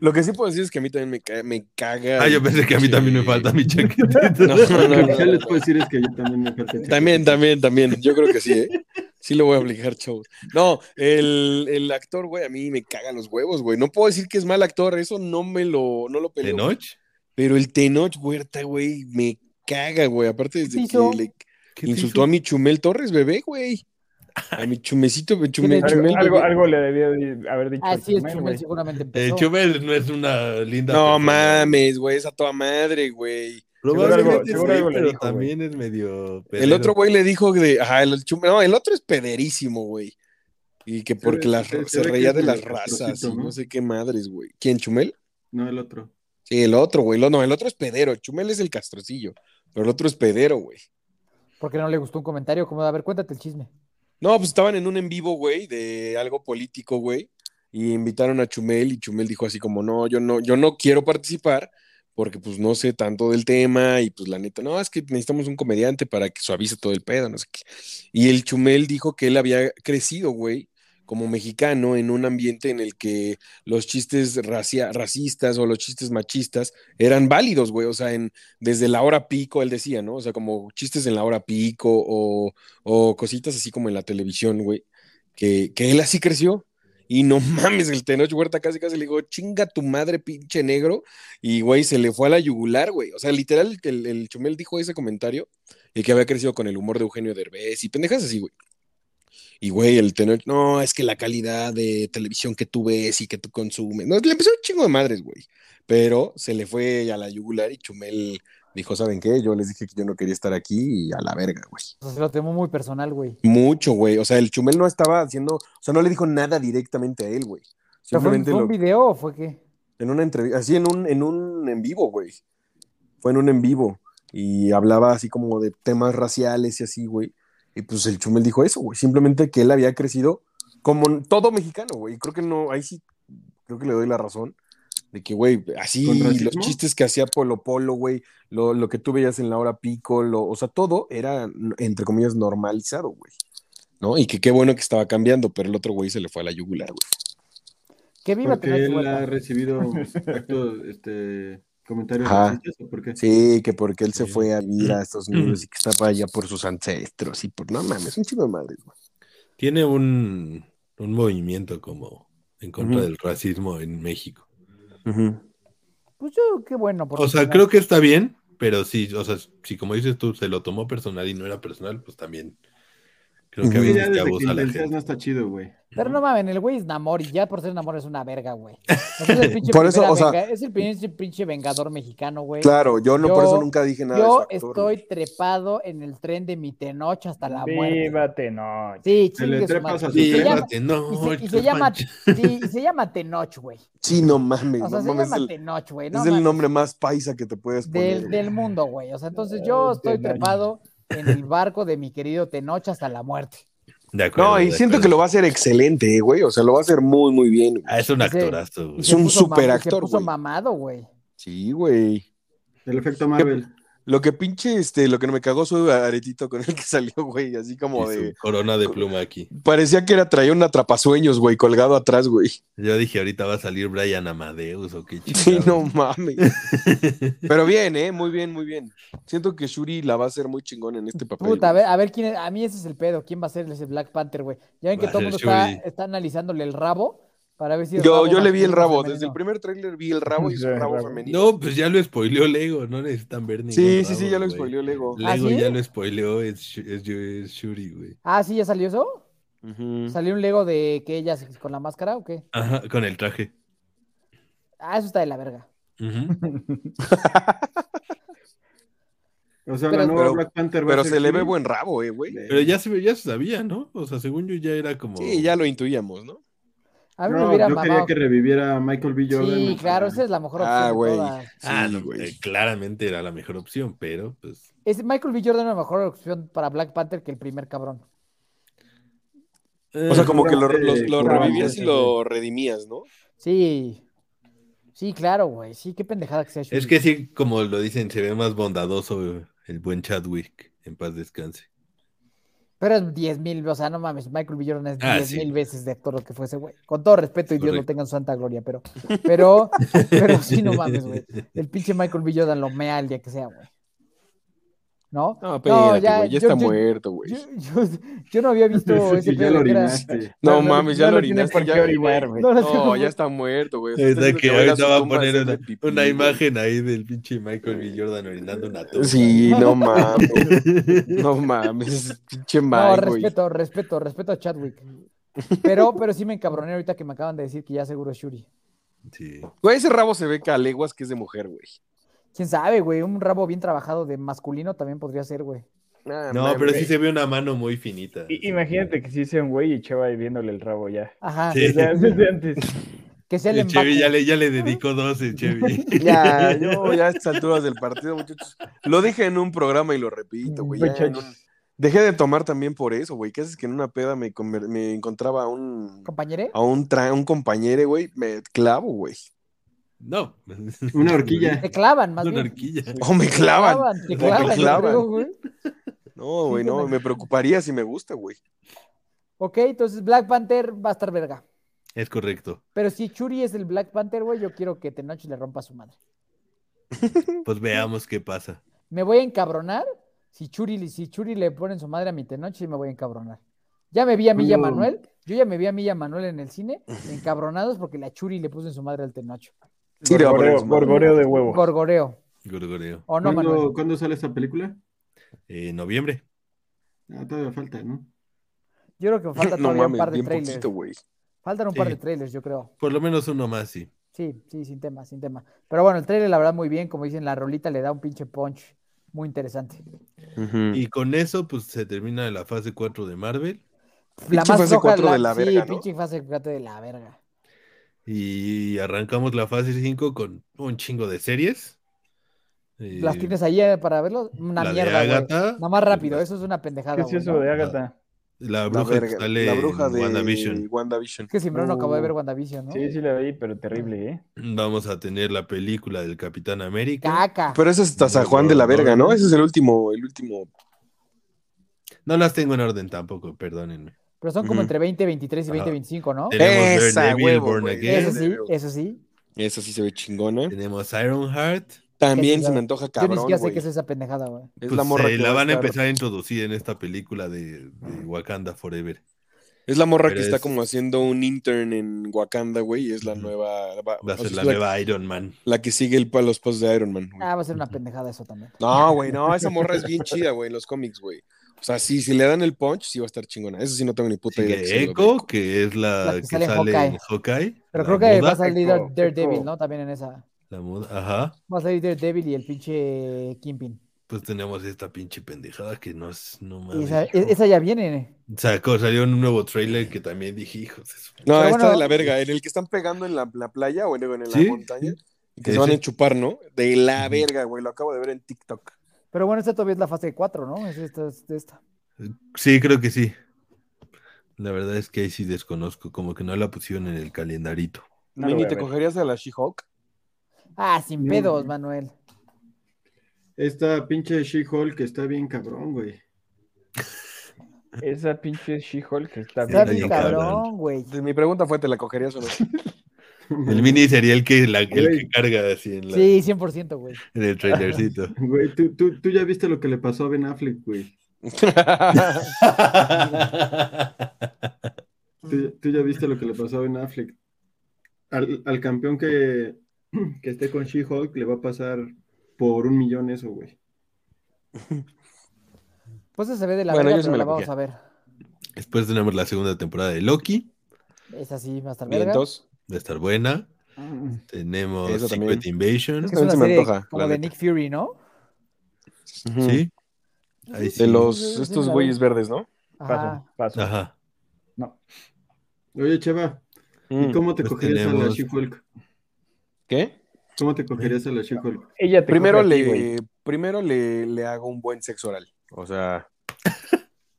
Speaker 4: Lo que sí puedo decir es que a mí también me, ca- me caga.
Speaker 5: Ah, yo pensé que a mí también me falta mi chaquetita.
Speaker 4: No, no, no,
Speaker 3: Lo que
Speaker 4: no,
Speaker 3: ya
Speaker 4: no.
Speaker 3: les puedo decir es que yo también me falta.
Speaker 4: También, también, también. Yo creo que sí, ¿eh? Sí lo voy a obligar, chavos. No, el, el actor, güey, a mí me cagan los huevos, güey. No puedo decir que es mal actor, eso no me lo, no lo
Speaker 5: ¿De
Speaker 4: peleo.
Speaker 5: noche?
Speaker 4: Pero el Tenoch Huerta, güey, me caga, güey. Aparte desde
Speaker 2: ¿Qué
Speaker 4: que
Speaker 2: hizo?
Speaker 4: le
Speaker 5: ¿Qué te
Speaker 4: insultó
Speaker 5: hizo?
Speaker 4: a mi Chumel Torres, bebé, güey. A mi chumecito, güey, Chumel,
Speaker 2: Tiene-
Speaker 4: Chumel,
Speaker 6: Algo, algo,
Speaker 4: bebé.
Speaker 6: algo le debió de haber dicho. al
Speaker 2: Así es,
Speaker 6: Chumel,
Speaker 2: Chumel
Speaker 6: güey.
Speaker 2: seguramente
Speaker 5: Eh,
Speaker 2: empezó.
Speaker 5: Chumel no es una linda.
Speaker 4: No
Speaker 5: persona.
Speaker 4: mames, güey, es a toda madre, güey.
Speaker 5: Probablemente
Speaker 6: Seguro algo-
Speaker 5: sí,
Speaker 6: seguro algo le
Speaker 5: pero
Speaker 6: dijo, güey.
Speaker 5: también es medio.
Speaker 4: El otro güey le dijo de, ajá, el Chumel, no, el otro es pederísimo, güey. Y que porque
Speaker 3: ve-
Speaker 4: la-
Speaker 3: se-
Speaker 4: se,
Speaker 3: se ve que
Speaker 4: reía
Speaker 3: es
Speaker 4: de
Speaker 3: medio
Speaker 4: las razas
Speaker 3: castrocito,
Speaker 4: y no
Speaker 3: ¿no?
Speaker 4: sé qué madres, güey. ¿Quién, Chumel?
Speaker 3: No, el otro.
Speaker 4: Sí, el otro, güey. Lo- No, el otro es pedero. Chumel es el castrocillo, pero el otro es pedero, güey.
Speaker 2: Porque no le gustó un comentario. Como, a ver, cuéntate el chisme.
Speaker 4: No, pues estaban en un en vivo, güey, de algo político, güey, y invitaron a Chumel y Chumel dijo así como, no, yo no, yo no quiero participar porque pues no sé tanto del tema y pues la neta, no, es que necesitamos un comediante para que suavice todo el pedo, no sé qué. Y el Chumel dijo que él había crecido, güey, como mexicano en un ambiente en el que los chistes racia- racistas o los chistes machistas eran válidos, güey, o sea, en, desde la hora pico, él decía, ¿no? O sea, como chistes en la hora pico o o cositas así como en la televisión, güey, que, que él así creció. Y no mames, el Tenoch Huerta casi casi le dijo, chinga tu madre, pinche negro. Y, güey, se le fue a la yugular, güey. O sea, literal, el, el Chumel dijo ese comentario y que había crecido con el humor de Eugenio Derbez y pendejas así, güey. Y, güey, el Tenoch, no, es que la calidad de televisión que tú ves y que tú consumes. No, le empezó un chingo de madres, güey. Pero se le fue a la yugular y Chumel dijo, ¿saben qué? Yo les dije que yo no quería estar aquí y a la verga, güey.
Speaker 2: O sea, se lo tomó muy personal, güey.
Speaker 4: Mucho, güey. O sea, el Chumel no estaba haciendo, o sea, no le dijo nada directamente a él, güey.
Speaker 2: ¿Pero ¿Fue, un-
Speaker 4: Simplemente
Speaker 2: fue
Speaker 4: lo,
Speaker 2: un video o fue qué?
Speaker 4: en una entrevista, así en un, en un en vivo, güey. Fue en un en vivo. Y hablaba así como de temas raciales y así, güey. Y pues el Chumel dijo eso, güey. Simplemente que él había crecido como todo mexicano, güey. Y Creo que no, ahí sí, creo que le doy la razón. De que, güey,
Speaker 3: ¿Con
Speaker 4: así
Speaker 3: racismo?
Speaker 4: los chistes que hacía Polo Polo, güey, lo, lo que tú veías en la hora pico, lo, o sea, todo era, entre comillas, normalizado, güey. ¿No? Y que qué bueno que estaba cambiando, pero el otro güey se le fue a la yugular, güey.
Speaker 2: Que viva
Speaker 3: Porque
Speaker 2: tener
Speaker 3: él ha
Speaker 2: Huerta.
Speaker 3: recibido actos, este, comentarios
Speaker 4: Ajá.
Speaker 3: racistas o por qué.
Speaker 4: Sí, que porque él se
Speaker 5: Sí.
Speaker 4: fue a vivir a Estados Unidos y que estaba allá por sus ancestros y por no mames, un chico de madres, güey.
Speaker 5: Tiene un, un movimiento como en contra
Speaker 4: Ujú.
Speaker 5: del racismo en México.
Speaker 2: Pues yo, qué bueno.
Speaker 5: O sea, creo que está bien, pero sí, o sea, si como dices tú, se lo tomó personal y no era personal, pues también creo que a
Speaker 4: Ujú.
Speaker 3: Sí,
Speaker 5: veces
Speaker 3: ya
Speaker 5: te
Speaker 3: desde que
Speaker 5: abusa la
Speaker 3: intentas no
Speaker 5: gente.
Speaker 3: está chido, güey.
Speaker 2: Pero no mames, el güey es Namor y ya por ser Namor es una verga, güey. O sea, es el pinche
Speaker 4: Por eso,
Speaker 2: primera
Speaker 4: o sea-
Speaker 2: venga- es el pinche, pinche vengador mexicano, güey.
Speaker 4: Claro, yo no, por
Speaker 2: Yo-
Speaker 4: eso nunca dije nada de
Speaker 2: Yo
Speaker 4: su actor, güey.
Speaker 2: estoy trepado en el tren de mi Tenoch hasta la muerte.
Speaker 6: Vívate, no.
Speaker 2: Sí,
Speaker 3: Se le
Speaker 2: chingue su
Speaker 3: trepas
Speaker 2: madre.
Speaker 3: a su
Speaker 2: Y
Speaker 5: Sí,
Speaker 2: se
Speaker 3: tren.
Speaker 2: llama-
Speaker 5: llévate, no,
Speaker 2: y se- y se
Speaker 5: no
Speaker 2: llama-
Speaker 5: manches.
Speaker 2: sí, y se llama Tenoch, güey.
Speaker 4: Sí, no mames,
Speaker 2: O
Speaker 4: no
Speaker 2: sea, se
Speaker 4: mames,
Speaker 2: llama
Speaker 4: es el,
Speaker 2: Tenoch, güey. No
Speaker 4: es el
Speaker 2: mames.
Speaker 4: nombre más paisa que te puedes poner.
Speaker 2: del,
Speaker 4: güey.
Speaker 2: del mundo, güey. O sea, entonces yo
Speaker 6: Ay,
Speaker 2: estoy
Speaker 6: Tenoch.
Speaker 2: trepado en el barco de mi querido Tenoch hasta la muerte.
Speaker 5: De acuerdo,
Speaker 4: No, y
Speaker 5: de
Speaker 4: siento
Speaker 5: acuerdo.
Speaker 4: que lo va a hacer excelente, eh, güey, o sea, lo va a hacer muy, muy bien. güey.
Speaker 5: Ah, es un
Speaker 2: Y se-
Speaker 5: actorazo,
Speaker 2: Y
Speaker 5: güey.
Speaker 4: Es
Speaker 2: se
Speaker 4: un
Speaker 2: puso mam- y Se
Speaker 4: superactor,
Speaker 2: puso
Speaker 4: güey.
Speaker 2: mamado, güey.
Speaker 4: Sí, güey.
Speaker 3: El efecto Marvel.
Speaker 4: Lo que pinche, este, lo que me cagó su aretito con el que salió, güey, así como
Speaker 5: Y su
Speaker 4: de...
Speaker 5: corona de pluma aquí.
Speaker 4: Parecía que era traía un atrapasueños, güey, colgado atrás, güey.
Speaker 5: Yo dije, ahorita va a salir Brian Amadeus o qué
Speaker 4: Sí,
Speaker 5: chingado.
Speaker 4: no mames. Pero bien, ¿eh? Muy bien, muy bien. Siento que Shuri la va a hacer muy chingón en este papel.
Speaker 2: Puta, a ver, a ver quién es- a mí ese es el pedo, quién va a ser ese Black Panther, güey. Ya ven que
Speaker 5: Va a
Speaker 2: todo el
Speaker 5: ser
Speaker 2: mundo está,
Speaker 5: Shuri.
Speaker 2: está analizándole el rabo para ver si
Speaker 4: güey.
Speaker 2: el
Speaker 4: Yo,
Speaker 2: rabo
Speaker 4: yo le vi el
Speaker 2: masculino o
Speaker 4: rabo. Desde el
Speaker 2: femenino.
Speaker 4: primer tráiler vi el rabo y es
Speaker 6: Sí,
Speaker 4: un rabo
Speaker 6: rabo.
Speaker 4: femenino.
Speaker 5: No, pues ya lo spoileó Lego, no necesitan ver ningún
Speaker 4: sí, sí, sí,
Speaker 5: rabo,
Speaker 4: ya lo
Speaker 5: güey.
Speaker 4: spoileó Lego.
Speaker 2: ¿Ah,
Speaker 5: Lego
Speaker 2: sí?
Speaker 5: ya lo spoileó, es, Shu- es, Yu- es Shuri, güey.
Speaker 2: Ah, sí, ya salió eso.
Speaker 4: Ujú.
Speaker 2: ¿Salió un Lego de que ella se- con la máscara o qué?
Speaker 5: Ajá, con el traje.
Speaker 2: Ah, eso está de la verga.
Speaker 5: Ujú.
Speaker 3: O sea,
Speaker 2: Pero-
Speaker 3: la nueva
Speaker 4: pero-
Speaker 3: Black Panther va a
Speaker 4: Pero
Speaker 3: ser
Speaker 4: se le ve
Speaker 3: Shuri.
Speaker 4: buen rabo, eh, güey.
Speaker 5: Pero ya se, ve- ya se sabía, ¿no? O sea, según yo ya era como...
Speaker 4: Sí, ya lo intuíamos, ¿no?
Speaker 2: A mí me
Speaker 3: No,
Speaker 2: hubiera
Speaker 3: yo
Speaker 2: mamado.
Speaker 3: quería que reviviera a Michael B. Jordan. este,
Speaker 2: Sí,
Speaker 3: o sea,
Speaker 2: claro, esa es la mejor opción
Speaker 4: Ah,
Speaker 2: de
Speaker 4: güey.
Speaker 2: todas.
Speaker 5: Ah,
Speaker 4: Sí,
Speaker 5: no,
Speaker 4: güey.
Speaker 5: eh, claramente era la mejor opción, pero pues...
Speaker 2: Es Michael B. Jordan era la mejor opción para Black Panther que el primer cabrón.
Speaker 4: O sea,
Speaker 5: eh,
Speaker 4: como que lo, lo,
Speaker 3: Seguramente
Speaker 4: lo
Speaker 3: cobraban
Speaker 4: revivías
Speaker 3: por
Speaker 4: y
Speaker 3: eso,
Speaker 4: lo redimías, ¿no?
Speaker 2: Sí. Sí, claro, güey. Sí, qué pendejada que sea.
Speaker 5: Es
Speaker 2: Shuri.
Speaker 5: que sí, como lo dicen, se ve más bondadoso el buen Chadwick, en paz descanse.
Speaker 2: Pero es 10 mil, o sea, no mames, Michael B. Jordan es
Speaker 5: Ah,
Speaker 2: 10
Speaker 5: sí.
Speaker 2: mil veces de actor lo que fuese, güey. Con todo respeto y Dios lo
Speaker 5: Correcto.
Speaker 2: tenga en su santa gloria, pero, pero, pero sí, no mames, güey. El pinche Michael B. Jordan lo mea el día que sea, güey. ¿No?
Speaker 4: No, espérate, güey, ya,
Speaker 2: yo-
Speaker 4: está
Speaker 2: yo-
Speaker 4: muerto, güey.
Speaker 2: Yo, yo- yo no había visto
Speaker 3: Sí,
Speaker 2: ese
Speaker 3: ya lo
Speaker 2: pedo de que era- este,
Speaker 3: orinaste.
Speaker 4: No,
Speaker 6: lo-
Speaker 4: mames, ya
Speaker 6: no
Speaker 4: lo
Speaker 6: tiene
Speaker 4: orinaste.
Speaker 6: por
Speaker 4: ya,
Speaker 6: qué
Speaker 4: güey.
Speaker 6: orinar, güey.
Speaker 2: No, no,
Speaker 4: No,
Speaker 2: no,
Speaker 4: ya está muerto, güey. Estoy
Speaker 5: Está
Speaker 4: diciendo
Speaker 5: que
Speaker 4: va a ir a
Speaker 5: ahorita
Speaker 4: su
Speaker 5: va a
Speaker 4: tumba
Speaker 5: poner
Speaker 4: hacerle
Speaker 5: una,
Speaker 4: pipí,
Speaker 5: una
Speaker 4: güey.
Speaker 5: imagen ahí del pinche Michael B. Jordan orinando una tumba.
Speaker 4: Sí, no mames. No mames, pinche
Speaker 2: No,
Speaker 4: mal, güey.
Speaker 2: respeto, respeto, respeto a Chadwick. Pero, pero sí me encabroné ahorita que me acaban de decir que ya seguro es Shuri.
Speaker 5: Sí.
Speaker 4: Güey, ese rabo se ve que a leguas que es de mujer, güey.
Speaker 2: ¿Quién sabe, güey? Un rabo bien trabajado de masculino también podría ser, güey.
Speaker 4: Nah,
Speaker 5: No,
Speaker 4: mames.
Speaker 5: pero sí se ve una mano muy finita.
Speaker 6: I- Imagínate que sí sea un güey y Cheva ahí viéndole el rabo ya.
Speaker 2: Ajá,
Speaker 5: Sí.
Speaker 6: Desde, desde antes.
Speaker 2: que sea el
Speaker 5: El Chevy
Speaker 2: embaque.
Speaker 5: ya le, ya le dedicó 12, Chevy.
Speaker 4: Ya, yo ya a estas alturas del partido, muchachos. Lo dije en un programa y lo repito, güey. ya en un-
Speaker 6: Muchachos.
Speaker 4: Dejé de tomar también por eso, güey. ¿Qué haces que en una peda me, conver- me encontraba a un,
Speaker 2: ¿Compañere?
Speaker 4: a un, tra- un compañero, güey? Me clavo, güey.
Speaker 5: No.
Speaker 3: Una horquilla.
Speaker 2: Te clavan, más
Speaker 5: Una
Speaker 2: bien.
Speaker 5: horquilla.
Speaker 4: O me
Speaker 2: Te
Speaker 4: clavan.
Speaker 2: clavan, te
Speaker 5: Te
Speaker 2: clavan, yo
Speaker 4: clavan.
Speaker 2: creo, güey.
Speaker 4: No, güey,
Speaker 2: Sí,
Speaker 4: no,
Speaker 2: güey.
Speaker 4: me preocuparía si me gusta, güey.
Speaker 2: Ok, entonces Black Panther va a estar verga.
Speaker 5: Es correcto.
Speaker 2: Pero si Churi es el Black Panther, güey, yo quiero que Tenoch le rompa a su madre.
Speaker 5: Pues veamos qué pasa.
Speaker 2: Me voy a encabronar. Si Churi, si Churi le ponen su madre a mi Tenoch, sí me voy a encabronar. Ya me vi a Milla
Speaker 4: Uh.
Speaker 3: No.
Speaker 2: Manuel. Yo ya me vi a Milla Manuel en el cine, encabronados porque la Churi le puso en su madre al Tenoch.
Speaker 4: Sí, le va a poner
Speaker 6: Gorgoreo,
Speaker 4: su madre.
Speaker 6: gorgoreo de huevo.
Speaker 2: Gorgoreo.
Speaker 5: Gorgoreo.
Speaker 2: ¿O no, Manuel?
Speaker 3: ¿Cuándo, cuándo sale esta película?
Speaker 5: Eh, noviembre.
Speaker 3: Ah, todavía falta, ¿no?
Speaker 2: Yo creo que falta
Speaker 4: No
Speaker 2: todavía un
Speaker 4: mames,
Speaker 2: par de
Speaker 4: bien
Speaker 2: trailers.
Speaker 4: poquito, güey. Eh.
Speaker 2: Faltan un par
Speaker 5: Sí.
Speaker 2: de trailers, yo creo.
Speaker 5: Por lo menos uno más, sí.
Speaker 2: Sí, sí, sin tema, sin tema. Pero bueno, el trailer la verdad muy bien, como dicen, la rolita le da un pinche punch muy interesante.
Speaker 4: Mm.
Speaker 5: Y con eso, pues se termina la fase 4 de Marvel.
Speaker 2: La
Speaker 4: Pinche fase
Speaker 2: floja,
Speaker 4: cuatro de la
Speaker 2: sí,
Speaker 4: verga, ¿no?
Speaker 2: pinche fase cuatro de la verga.
Speaker 5: Y arrancamos la fase 5 con un chingo de series. Eh,
Speaker 2: ¿Las tienes ahí eh, para verlo? Una
Speaker 5: la de
Speaker 2: mierda, güey.
Speaker 5: Agatha,
Speaker 2: Nada más rápido,
Speaker 5: la-
Speaker 2: eso es una pendejada,
Speaker 6: ¿Qué es
Speaker 2: güey.
Speaker 6: eso de Agatha?
Speaker 5: La
Speaker 4: La,
Speaker 5: bruja que
Speaker 4: verga,
Speaker 5: sale
Speaker 4: la bruja
Speaker 5: en
Speaker 4: de
Speaker 5: WandaVision.
Speaker 4: WandaVision.
Speaker 2: Es que Simbrón no acabó de ver
Speaker 6: Uh,
Speaker 2: WandaVision, ¿no?
Speaker 6: Sí, sí la vi, pero terrible, ¿eh?
Speaker 5: Vamos a tener la película del Capitán América.
Speaker 2: Caca.
Speaker 4: Ah, Pero ese es hasta San Juan de la Verga, ¿no? Ese es el último, el último.
Speaker 5: No las tengo en orden tampoco, perdónenme.
Speaker 2: Pero son como
Speaker 4: Ujú.
Speaker 2: entre 20, 23 y 20,
Speaker 5: Ajá.
Speaker 2: 25, ¿no?
Speaker 5: Tenemos
Speaker 4: Esa,
Speaker 5: Daredevil,
Speaker 4: huevo,
Speaker 5: Born
Speaker 4: güey.
Speaker 5: Again.
Speaker 2: Eso sí, eso sí.
Speaker 4: Esa sí se ve chingona.
Speaker 5: Tenemos Ironheart.
Speaker 4: También
Speaker 2: Ya
Speaker 4: se
Speaker 2: sé,
Speaker 4: me antoja
Speaker 2: Yo ni
Speaker 4: cabrón,
Speaker 2: siquiera sé
Speaker 4: güey.
Speaker 2: qué es esa pendejada, güey.
Speaker 4: Es
Speaker 5: Pues,
Speaker 4: la morra
Speaker 5: eh,
Speaker 4: que
Speaker 5: la
Speaker 4: va a
Speaker 5: van a
Speaker 4: estar-
Speaker 5: empezar a introducir en esta película de, de Wakanda Forever.
Speaker 4: Es la morra
Speaker 5: Pero
Speaker 4: que está
Speaker 5: es-
Speaker 4: como haciendo un intern en Wakanda, güey, y es la
Speaker 5: Ujú.
Speaker 4: nueva... va-
Speaker 5: Va a
Speaker 4: o sea,
Speaker 5: ser
Speaker 4: Pues es
Speaker 5: la
Speaker 4: la-
Speaker 5: nueva Iron Man.
Speaker 4: La que sigue el, pa- los pasos de Iron Man, güey.
Speaker 2: Ah, va a ser una pendejada eso también.
Speaker 4: No, güey, no, esa morra es bien chida, güey, en los cómics, güey. O sea, sí, si le dan el punch, sí va a estar chingona. Eso sí no tengo ni puta idea. que
Speaker 5: Sigue
Speaker 4: se lo
Speaker 5: Echo,
Speaker 4: ve.
Speaker 5: que es la,
Speaker 2: La que
Speaker 5: que,
Speaker 2: sale
Speaker 5: sale,
Speaker 2: en
Speaker 5: en Hawkeye.
Speaker 2: Pero
Speaker 5: la
Speaker 2: creo que va
Speaker 5: muda,
Speaker 2: a salir
Speaker 6: Echo,
Speaker 2: Daredevil,
Speaker 6: Echo.
Speaker 2: ¿no? También en esa.
Speaker 5: la muda, ajá.
Speaker 2: Va a salir Daredevil y el pinche Kingpin.
Speaker 5: Pues tenemos esta pinche pendejada que no es. No
Speaker 2: Y
Speaker 5: mames.
Speaker 2: esa,
Speaker 5: hijo.
Speaker 2: e- esa ya viene.
Speaker 5: Sacó, salió un nuevo trailer que también dije, hijos de su-
Speaker 4: No,
Speaker 2: Pero
Speaker 4: esta
Speaker 2: bueno-
Speaker 4: de la verga, en el que están pegando en la, la playa o en, en la
Speaker 5: Sí,
Speaker 4: montaña, y que
Speaker 5: Ese.
Speaker 4: se van a enchupar, ¿no? De la
Speaker 5: Ujú.
Speaker 4: verga, güey, lo acabo de ver en TikTok.
Speaker 2: Pero bueno, esta todavía es la fase 4, ¿no? Es esta, es esta.
Speaker 5: Sí, creo que sí. La verdad es que ahí sí desconozco, como que no la pusieron en el calendarito.
Speaker 6: No
Speaker 4: Mini,
Speaker 6: lo voy a
Speaker 4: ¿te
Speaker 6: ver.
Speaker 4: cogerías a la She-Hulk?
Speaker 2: Ah, sin
Speaker 3: Mm.
Speaker 2: pedos, Manuel.
Speaker 3: Esta pinche She-Hulk está bien cabrón, güey.
Speaker 6: Esa pinche She-Hulk que está
Speaker 2: Está
Speaker 5: Era
Speaker 2: bien
Speaker 5: yo
Speaker 2: cabrón,
Speaker 5: cabrón.
Speaker 2: güey.
Speaker 4: Mi pregunta fue, ¿te la cogerías o no?
Speaker 5: El mini sería el que, la, el que
Speaker 3: Güey.
Speaker 5: carga así en, la-
Speaker 2: Sí, 100%, güey.
Speaker 5: en el trailercito.
Speaker 3: Güey, tú, tú, tú ya viste lo que le pasó a Ben Affleck, güey. Tú, tú ya viste lo que le pasó a Ben Affleck. Al, al campeón que, que esté con She-Hulk le va a pasar por un millón eso, güey.
Speaker 2: Pues esa se ve de la
Speaker 4: Bueno,
Speaker 2: verga,
Speaker 4: yo sí
Speaker 2: pero
Speaker 4: me
Speaker 2: la
Speaker 4: la
Speaker 2: vamos
Speaker 4: cogía.
Speaker 2: a ver.
Speaker 5: Después tenemos la segunda temporada de Loki,
Speaker 2: Esa sí va a estar
Speaker 4: Y
Speaker 2: verga.
Speaker 4: entonces...
Speaker 5: va a estar buena. Tenemos
Speaker 4: Esa
Speaker 5: Secret Invasion.
Speaker 2: Creo que Mm.
Speaker 4: también
Speaker 2: es
Speaker 4: se
Speaker 2: una
Speaker 4: me
Speaker 2: serie
Speaker 4: antoja,
Speaker 2: como
Speaker 4: la
Speaker 2: de
Speaker 4: neta.
Speaker 2: Nick Fury, ¿no?
Speaker 4: Ujú.
Speaker 5: Sí. Ahí sí.
Speaker 4: De los,
Speaker 2: Sí,
Speaker 4: estos
Speaker 2: la
Speaker 4: güeyes verdes, ¿no?
Speaker 2: Ajá.
Speaker 6: Paso, paso.
Speaker 5: Ajá.
Speaker 3: Oye, Cheva, ¿y
Speaker 4: Mm.
Speaker 3: cómo te
Speaker 5: Pues
Speaker 3: cogerías a la
Speaker 5: tenemos-
Speaker 3: She-Hulk?
Speaker 4: ¿Qué?
Speaker 3: ¿Cómo te cogerías a la She-Hulk?
Speaker 6: Ella te
Speaker 4: Primero,
Speaker 6: coge a ti, güey.
Speaker 4: le, primero le, le hago un buen sexo oral. O sea,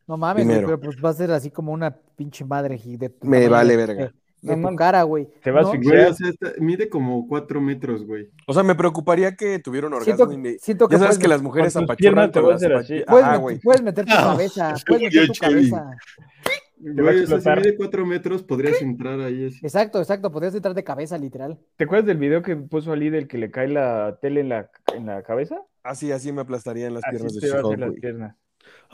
Speaker 2: No mames, güey,
Speaker 4: Primero.
Speaker 2: pero pues va a ser así como una pinche madre gi- de tu
Speaker 4: Me
Speaker 2: tamaño,
Speaker 4: vale
Speaker 2: de-
Speaker 4: verga.
Speaker 2: de- De
Speaker 6: No
Speaker 2: tu
Speaker 6: mames.
Speaker 2: cara, güey.
Speaker 6: Se va a
Speaker 2: No,
Speaker 6: asfixiar.
Speaker 3: Güey, o sea, está- mide como cuatro metros, güey.
Speaker 4: o sea, me preocuparía que tuviera un
Speaker 2: Siento,
Speaker 4: orgasmo. y me-
Speaker 2: siento que,
Speaker 4: Ya sabes
Speaker 2: puedes,
Speaker 4: que las mujeres
Speaker 6: con tus piernas
Speaker 4: apachurran
Speaker 6: te
Speaker 4: con
Speaker 6: va a
Speaker 4: las
Speaker 6: hacer así.
Speaker 4: apachi-
Speaker 2: puedes,
Speaker 4: Ajá,
Speaker 2: met-
Speaker 4: güey. Ah,
Speaker 2: puedes meter tu
Speaker 5: No,
Speaker 2: cabeza,
Speaker 5: se
Speaker 2: puedes meter
Speaker 5: murió
Speaker 2: tu
Speaker 5: Chevy.
Speaker 2: cabeza.
Speaker 6: Te va a
Speaker 3: Güey, o sea, si
Speaker 6: explotar.
Speaker 3: mide cuatro metros, podrías entrar ahí. así.
Speaker 2: Exacto, exacto, podrías entrar de cabeza, literal.
Speaker 6: ¿Te acuerdas del video que puso Ali del que le cae la tele en la, en la cabeza?
Speaker 4: Así, así me aplastaría en las
Speaker 6: Así
Speaker 4: piernas de
Speaker 6: se va a hacer
Speaker 4: She-Hulk,
Speaker 6: las
Speaker 4: güey.
Speaker 6: piernas.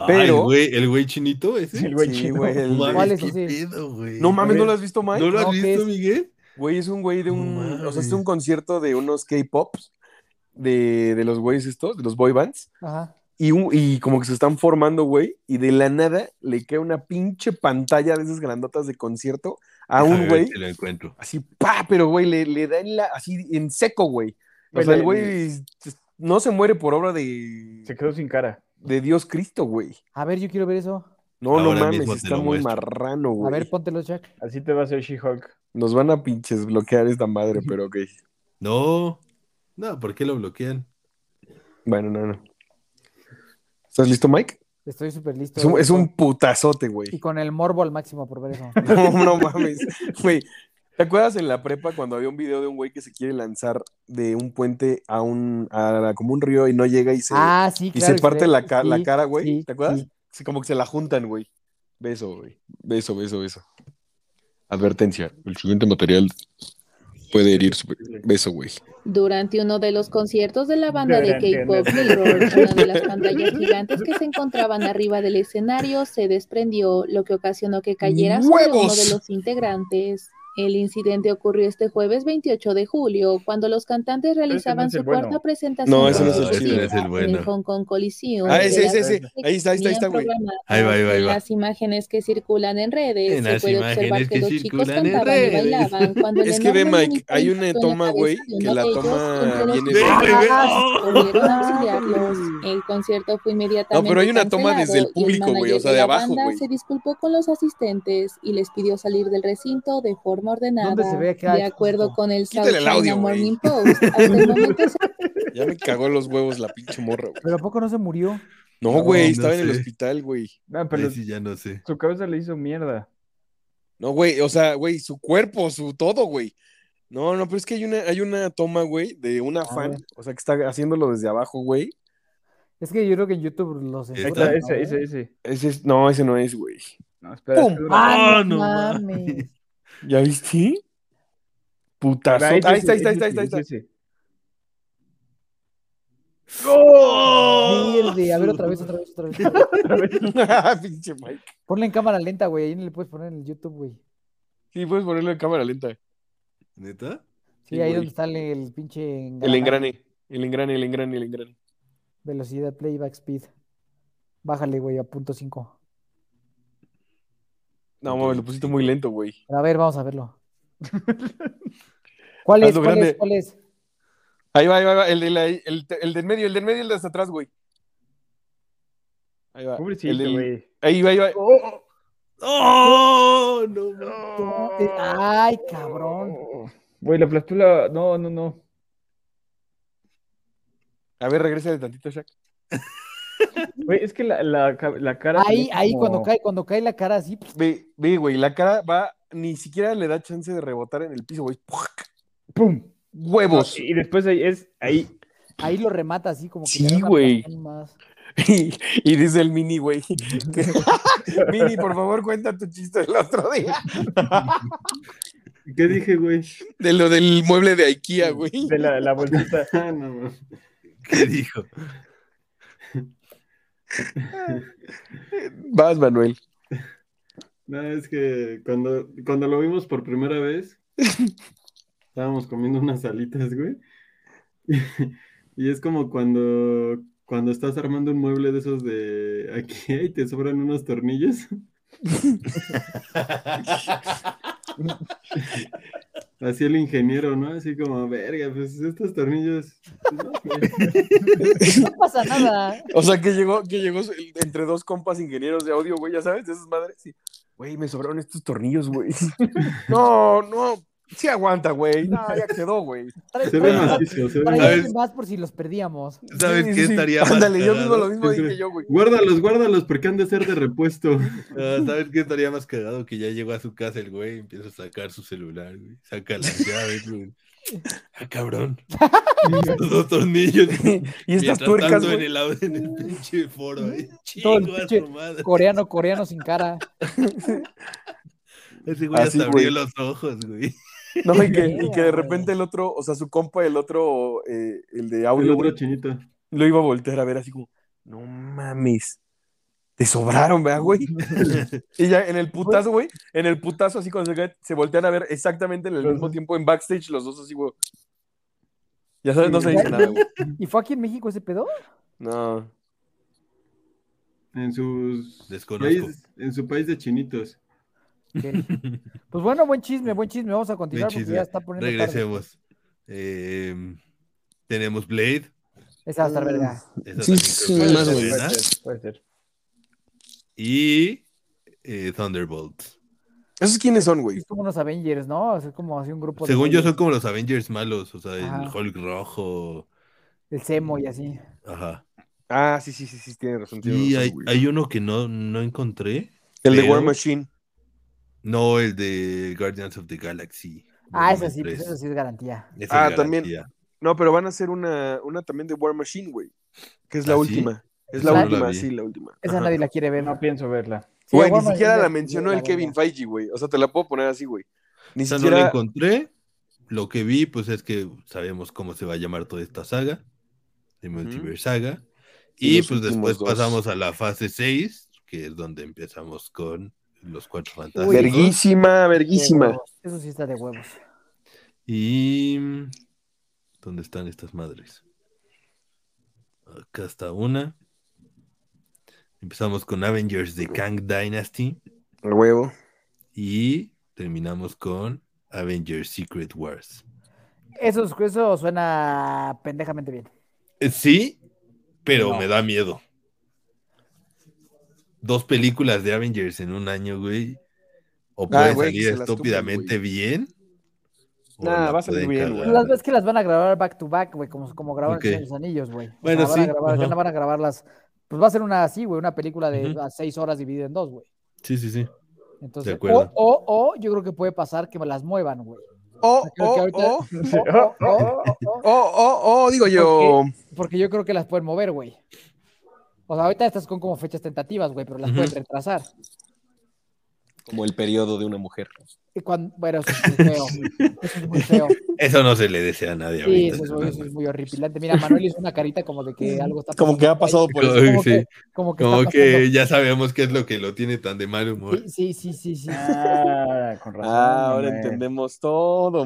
Speaker 5: Pero...
Speaker 4: Pero-
Speaker 5: el güey chinito ese.
Speaker 6: El güey
Speaker 4: Sí,
Speaker 6: chino.
Speaker 4: güey, el-
Speaker 5: No mames,
Speaker 2: ¿Cuál es
Speaker 5: qué
Speaker 2: ese?
Speaker 5: pedo, güey.
Speaker 4: No mames, ¿no
Speaker 6: Güey.
Speaker 4: lo has visto, Mike?
Speaker 5: ¿No lo has
Speaker 2: No, ¿qué
Speaker 5: visto,
Speaker 2: es?
Speaker 5: Miguel?
Speaker 4: Güey, es un güey de
Speaker 5: No
Speaker 4: un. o sea, es
Speaker 5: mames.
Speaker 4: un concierto de unos K-pops, de, de los güeyes estos, de los boy bands.
Speaker 2: Ajá.
Speaker 4: Y, un- y como que se están formando, güey, y de la nada le cae una pinche pantalla de esas grandotas de concierto a
Speaker 5: Déjame
Speaker 4: un
Speaker 5: ver
Speaker 4: güey.
Speaker 5: si lo encuentro.
Speaker 4: Así, pa, pero güey, le, le da en la, así en seco, güey. O
Speaker 6: Güey,
Speaker 4: sea, el
Speaker 6: le-
Speaker 4: güey s- no se muere por obra
Speaker 6: Se
Speaker 4: de,
Speaker 6: quedó sin cara.
Speaker 4: de Dios Cristo, güey.
Speaker 2: A ver, yo quiero ver eso.
Speaker 4: No,
Speaker 5: Ahora
Speaker 4: no mames,
Speaker 5: mismo te
Speaker 4: está
Speaker 5: lo
Speaker 4: muy
Speaker 5: muestro.
Speaker 4: marrano,
Speaker 2: A
Speaker 4: güey.
Speaker 2: ver, póntelo, Jack.
Speaker 6: Así te va a hacer She-Hulk.
Speaker 4: Nos van a pinches bloquear esta madre, pero ok.
Speaker 5: No. No, ¿por qué lo bloquean?
Speaker 4: Bueno, no, no. ¿Estás listo, Mike?
Speaker 2: Estoy súper listo.
Speaker 4: Es un,
Speaker 2: güey,
Speaker 4: es un putazote, güey.
Speaker 2: Y con el morbo al máximo por ver eso.
Speaker 4: No, no mames. Güey, ¿te acuerdas en la prepa cuando había un video de un güey que se quiere lanzar de un puente a un, a como un río y no llega y se,
Speaker 2: Ah, sí,
Speaker 4: y
Speaker 2: claro.
Speaker 4: se parte
Speaker 2: ve-
Speaker 4: la, ca- la
Speaker 2: sí,
Speaker 4: cara, güey?
Speaker 2: sí,
Speaker 4: ¿Te acuerdas?
Speaker 2: sí.
Speaker 4: Sí, como que se la juntan, güey. Beso, güey. Beso, beso, beso. Advertencia. El siguiente material puede herir su... Beso, güey.
Speaker 7: Durante uno de los conciertos de la banda de
Speaker 6: Durante
Speaker 7: K-pop
Speaker 6: uno.
Speaker 7: Little Roar, una de las pantallas gigantes que se encontraban arriba del escenario se desprendió, lo que ocasionó que cayera sobre uno
Speaker 4: ¡Huevos!
Speaker 7: de los integrantes. El incidente ocurrió este jueves 28 de julio, cuando los cantantes realizaban
Speaker 6: es el
Speaker 7: su
Speaker 6: bueno.
Speaker 7: cuarta presentación
Speaker 4: No, ese no es el
Speaker 7: consecutiva
Speaker 4: chido.
Speaker 5: Ese es el
Speaker 7: en
Speaker 5: bueno.
Speaker 7: el Hong Kong Coliseum.
Speaker 4: Ah,
Speaker 7: que
Speaker 4: ese,
Speaker 7: era
Speaker 4: ese, ese. Ahí está, ahí está, ahí está, güey.
Speaker 7: programadas.
Speaker 5: Ahí va, ahí va, ahí
Speaker 7: En
Speaker 5: va.
Speaker 7: las imágenes que circulan en redes
Speaker 5: En
Speaker 7: se
Speaker 5: las
Speaker 7: puede observar
Speaker 5: imágenes
Speaker 7: que,
Speaker 5: que
Speaker 7: los chicos
Speaker 5: circulan en
Speaker 7: cantaban y
Speaker 5: redes.
Speaker 7: bailaban cuando el
Speaker 4: Es que ve,
Speaker 7: enorme
Speaker 4: Mike, hay
Speaker 7: monito
Speaker 4: una
Speaker 7: impactó en la
Speaker 4: toma,
Speaker 7: cabeza
Speaker 4: güey,
Speaker 7: de uno
Speaker 4: que
Speaker 7: de
Speaker 4: la
Speaker 7: ellos,
Speaker 4: toma
Speaker 7: entre
Speaker 4: viene...
Speaker 5: Ve,
Speaker 7: los demás
Speaker 5: ve, ve.
Speaker 7: corrieron a auxiliarlos. El concierto fue inmediatamente
Speaker 4: No, pero hay una toma desde el
Speaker 7: cancelado y
Speaker 4: público, güey, o
Speaker 7: manager
Speaker 4: sea,
Speaker 7: de
Speaker 4: de
Speaker 7: la
Speaker 4: abajo,
Speaker 7: banda
Speaker 4: güey.
Speaker 7: Se disculpó con los asistentes y les pidió salir del recinto de forma ordenada.
Speaker 2: ¿Dónde se ve que hay
Speaker 7: de acuerdo
Speaker 2: tráfico?
Speaker 7: con el South
Speaker 4: Quítale el
Speaker 7: China
Speaker 4: audio, güey.
Speaker 7: Morning Post, hasta el momento se
Speaker 4: Ya me cagó los huevos la pinche morra, güey.
Speaker 2: Pero ¿a poco no se murió?
Speaker 4: No,
Speaker 5: No,
Speaker 4: güey,
Speaker 5: no
Speaker 4: estaba en el
Speaker 5: sé.
Speaker 4: hospital, güey.
Speaker 6: No, pero
Speaker 5: Ahí sí ya no sé.
Speaker 6: su cabeza le hizo mierda.
Speaker 4: No, güey, o sea, güey, su cuerpo, su todo, güey. No, no, pero es que hay una, hay una toma, güey, de una fan,
Speaker 2: ver.
Speaker 4: o sea, que está haciéndolo desde abajo, güey.
Speaker 2: Es que yo creo que en YouTube los
Speaker 5: Está-
Speaker 6: O
Speaker 2: ¿no,
Speaker 6: sea, ese,
Speaker 2: güey?
Speaker 6: ese, ese.
Speaker 4: Ese es- no, ese no es, güey.
Speaker 6: No, espera.
Speaker 4: ¡Pum!
Speaker 6: espera.
Speaker 2: Ah,
Speaker 5: Ah,
Speaker 2: no
Speaker 5: no
Speaker 2: mames.
Speaker 4: ¿Ya viste? Putazo. Ahí
Speaker 6: Ese
Speaker 4: está, Ah, ahí
Speaker 6: sí,
Speaker 4: está, ahí está, ahí
Speaker 6: ese
Speaker 4: está.
Speaker 6: sí, ese sí.
Speaker 2: Verde. A ver, otra vez, otra vez, otra vez.
Speaker 4: Ah, Pinche Mike.
Speaker 2: Ponle en cámara lenta, güey. Ahí no le puedes poner en el YouTube, güey.
Speaker 4: Sí, puedes ponerlo en cámara lenta.
Speaker 5: ¿Neta?
Speaker 2: Sí,
Speaker 4: Sí,
Speaker 2: ahí
Speaker 4: güey.
Speaker 2: donde está el, el pinche.
Speaker 4: El engrane. El engrane, el engrane, el engrane.
Speaker 2: Velocidad, playback, speed. Bájale, güey, a punto 5.
Speaker 4: No, mames, lo pusiste muy lento, güey.
Speaker 2: A ver, vamos a verlo. ¿Cuál es? ¿Cuál es?
Speaker 4: Hazlo grande.
Speaker 2: ¿Cuál es?
Speaker 4: Ahí va, ahí va, ahí va. El, de la- el, el del medio, el del medio, el de hasta atrás, güey. Ahí va.
Speaker 6: Pobrecito,
Speaker 4: El del-
Speaker 6: güey.
Speaker 4: Ahí va, ahí va.
Speaker 5: ¡Oh! No, mames.
Speaker 2: Ay, cabrón.
Speaker 6: Güey, la aplastó la. No, no, no.
Speaker 4: A ver, regresa de tantito, Shaq.
Speaker 6: Güey, es que la, la, ca- la cara. se
Speaker 2: Ahí,
Speaker 6: ve
Speaker 2: ahí
Speaker 6: como-
Speaker 2: cuando cae, cuando cae la cara así. pues, pf,
Speaker 4: Ve, ve, güey, la cara va, ni siquiera le da chance de rebotar en el piso, güey. ¡Puac!
Speaker 6: ¡Pum! Ah,
Speaker 4: ¡Huevos!
Speaker 6: Y después ahí es. Ahí.
Speaker 2: Ahí lo remata así como que.
Speaker 4: Sí,
Speaker 2: le da una
Speaker 4: güey.
Speaker 2: presión más.
Speaker 4: Y, y dice el mini, güey. que- mini, por favor, cuenta tu chiste del otro día.
Speaker 3: ¿Qué dije, güey?
Speaker 4: De lo del mueble de IKEA, güey.
Speaker 6: De la, la bolsita.
Speaker 3: Ah, no, no.
Speaker 5: ¿Qué dijo?
Speaker 4: Vas, Manuel.
Speaker 3: No, es que cuando, cuando lo vimos por primera vez, estábamos comiendo unas alitas, güey. Y es como cuando, cuando estás armando un mueble de esos de aquí y te sobran unos tornillos. Así el ingeniero, ¿no? Así como, verga, pues estos tornillos. pues, no, güey".
Speaker 2: No pasa nada.
Speaker 4: O sea, que llegó, que llegó entre dos compas ingenieros de audio, güey, ya sabes, de esas madres. sí. Güey, me sobraron estos tornillos, güey. No, no. Sí aguanta, güey. No, ya quedó, güey.
Speaker 2: Trae-
Speaker 3: Se ve
Speaker 2: trae-
Speaker 3: macizo, se ve
Speaker 2: trae
Speaker 5: A ver.
Speaker 2: alguien más por si los perdíamos.
Speaker 5: ¿Sabes qué estaría más
Speaker 4: Ándale, yo mismo
Speaker 5: cagado?
Speaker 4: lo mismo
Speaker 3: Sí, sí.
Speaker 4: dije yo, güey.
Speaker 3: Guárdalos, guárdalos, porque han de ser de repuesto.
Speaker 5: Ah, ¿Sabes qué estaría más cagado? Que ya llegó a su casa el güey y empieza a sacar su celular, güey. Saca las llaves, güey. Ah, cabrón. Estos dos tornillos.
Speaker 4: Y estas
Speaker 5: Mientras
Speaker 4: tuercas,
Speaker 5: tanto, en
Speaker 4: güey. Mm,
Speaker 5: el, au- en el pinche foro, ¿eh?
Speaker 2: Todo el
Speaker 5: Chingo a
Speaker 2: pinche
Speaker 5: su madre.
Speaker 2: Coreano, coreano sin cara.
Speaker 5: Ese güey
Speaker 4: Así,
Speaker 5: hasta
Speaker 4: güey.
Speaker 5: abrió los ojos, güey.
Speaker 4: No, y que, y que
Speaker 2: Verga,
Speaker 4: de repente el otro, o sea, su compa, el otro, eh, el de
Speaker 3: El
Speaker 4: audio,
Speaker 3: otro
Speaker 4: güey,
Speaker 3: chinito.
Speaker 4: lo iba a voltear a ver así como, no mames, te sobraron, ¿verdad, güey? y ya en el putazo, güey, en el putazo así cuando se cae, se voltean a ver exactamente en el mismo tiempo en backstage, los dos así, güey. Ya sabes, no se dice nada, güey.
Speaker 2: ¿Y fue aquí en México ese pedo?
Speaker 4: No.
Speaker 3: En sus
Speaker 5: Desconozco.
Speaker 3: país- en su país de chinitos.
Speaker 2: Ok. Pues bueno, buen chisme, buen chisme. Vamos a continuar
Speaker 5: Buen
Speaker 2: porque
Speaker 5: chisme.
Speaker 2: ya está poniendo tarde.
Speaker 5: Regresemos. Eh, tenemos Blade.
Speaker 2: Esa va a estar verga.
Speaker 5: Esa
Speaker 4: Sí,
Speaker 5: también
Speaker 4: sí,
Speaker 5: creo que
Speaker 4: más
Speaker 5: vale
Speaker 4: o
Speaker 5: la
Speaker 4: menos.
Speaker 5: pena.
Speaker 6: Puede ser, puede ser.
Speaker 5: Y eh, Thunderbolt.
Speaker 4: ¿Esos quiénes son, güey?
Speaker 2: Es como unos Avengers, ¿no? Es como así un grupo. de
Speaker 5: Según yo, son
Speaker 2: güeyes.
Speaker 5: como los Avengers malos. O sea, el
Speaker 2: Ajá.
Speaker 5: Hulk rojo.
Speaker 2: El Semo y así.
Speaker 5: Ajá.
Speaker 4: Ah, sí, sí, sí, sí, tiene razón. tiene
Speaker 5: Y
Speaker 4: razón,
Speaker 5: hay,
Speaker 4: güey.
Speaker 5: hay uno que no, no encontré.
Speaker 4: el de
Speaker 5: creo.
Speaker 4: War Machine.
Speaker 5: No, el de Guardians of the Galaxy.
Speaker 2: Ah, esa
Speaker 5: volumen
Speaker 2: sí, pues
Speaker 5: tres.
Speaker 2: esa sí es garantía.
Speaker 5: Ese es
Speaker 4: Ah, también.
Speaker 5: garantía.
Speaker 4: No, pero van a hacer una, una también de War Machine, güey. Que es la
Speaker 5: ¿Ah, sí?
Speaker 4: última. Es
Speaker 5: Esa
Speaker 4: la
Speaker 2: no la
Speaker 4: última,
Speaker 5: vi.
Speaker 4: sí, la última.
Speaker 2: Esa
Speaker 5: Ajá.
Speaker 2: nadie la quiere ver.
Speaker 6: No pienso verla.
Speaker 2: Sí,
Speaker 4: Güey,
Speaker 2: a
Speaker 4: ni
Speaker 2: huevo,
Speaker 4: siquiera
Speaker 2: sí,
Speaker 4: la
Speaker 2: sí,
Speaker 4: mencionó
Speaker 2: la
Speaker 4: el Kevin
Speaker 2: verga.
Speaker 4: Feige, güey. O sea, te la puedo poner así, güey. Ni
Speaker 5: Esa no la
Speaker 4: siquiera.
Speaker 5: encontré. Lo que vi, pues es que sabemos cómo se va a llamar toda esta saga. De Multiverse Saga.
Speaker 4: Y
Speaker 5: Y,
Speaker 4: los
Speaker 5: pues
Speaker 4: últimos
Speaker 5: después
Speaker 4: dos.
Speaker 5: pasamos a la fase 6, que es donde empezamos con los cuatro fantásticos.
Speaker 4: verguísima,
Speaker 2: De
Speaker 4: verguísima.
Speaker 2: huevos. Eso sí está de huevos.
Speaker 5: Y. mm, ¿Dónde están estas madres? Acá está una. Empezamos con Avengers de Kang Dynasty
Speaker 4: El huevo.
Speaker 5: y terminamos con Avengers Secret Wars.
Speaker 2: Eso, eso suena pendejamente bien.
Speaker 5: Eh, Sí, pero me da miedo. Dos películas de Avengers en un año, güey. O puede
Speaker 4: Ah, güey, que
Speaker 5: salir
Speaker 4: se la
Speaker 5: estúpidamente bien. o
Speaker 4: Nah,
Speaker 5: la
Speaker 4: va a salir
Speaker 5: pueden
Speaker 4: bien,
Speaker 5: cagar.
Speaker 4: güey.
Speaker 2: Las veces que las van a grabar back to back, güey, como, como grabaron
Speaker 5: Ok.
Speaker 2: El Señor de los Anillos, güey. O
Speaker 5: Bueno,
Speaker 2: sea, van a
Speaker 5: sí,
Speaker 2: grabar- ya
Speaker 5: ajá.
Speaker 2: no van a grabar las. Pues va a ser una así, güey, una película de
Speaker 5: Ujú.
Speaker 2: a seis horas dividida en dos, güey.
Speaker 5: Sí, sí, sí.
Speaker 2: Entonces, o,
Speaker 5: acuerdo.
Speaker 2: o, o yo creo que puede pasar que me las muevan, güey.
Speaker 4: Oh,
Speaker 2: Creo que
Speaker 4: oh,
Speaker 2: ahorita-
Speaker 4: oh,
Speaker 2: O, o, o, o, o,
Speaker 4: oh, oh, oh, digo yo.
Speaker 2: porque yo creo que las pueden mover, güey. O sea, ahorita estas son como fechas tentativas, güey, pero las
Speaker 5: Ujú.
Speaker 2: pueden retrasar.
Speaker 4: Como el periodo de una mujer.
Speaker 2: Y cuando, bueno, eso es muy feo. Eso es muy feo.
Speaker 5: Eso no se le desea a nadie
Speaker 2: Sí,
Speaker 5: ahorita.
Speaker 2: eso es, muy- eso es muy horripilante. Mira, Manuel hizo una carita como de que algo está
Speaker 8: Como que ha pasado por eso.
Speaker 2: Como
Speaker 5: Sí.
Speaker 2: que, como que,
Speaker 5: Como
Speaker 2: está
Speaker 5: que
Speaker 2: pasando.
Speaker 5: ya sabemos qué es lo que lo tiene tan de mal humor.
Speaker 2: Sí, sí, sí, sí. sí.
Speaker 6: Ah, con razón.
Speaker 8: Ah, ahora
Speaker 6: Manuel.
Speaker 8: entendemos todo,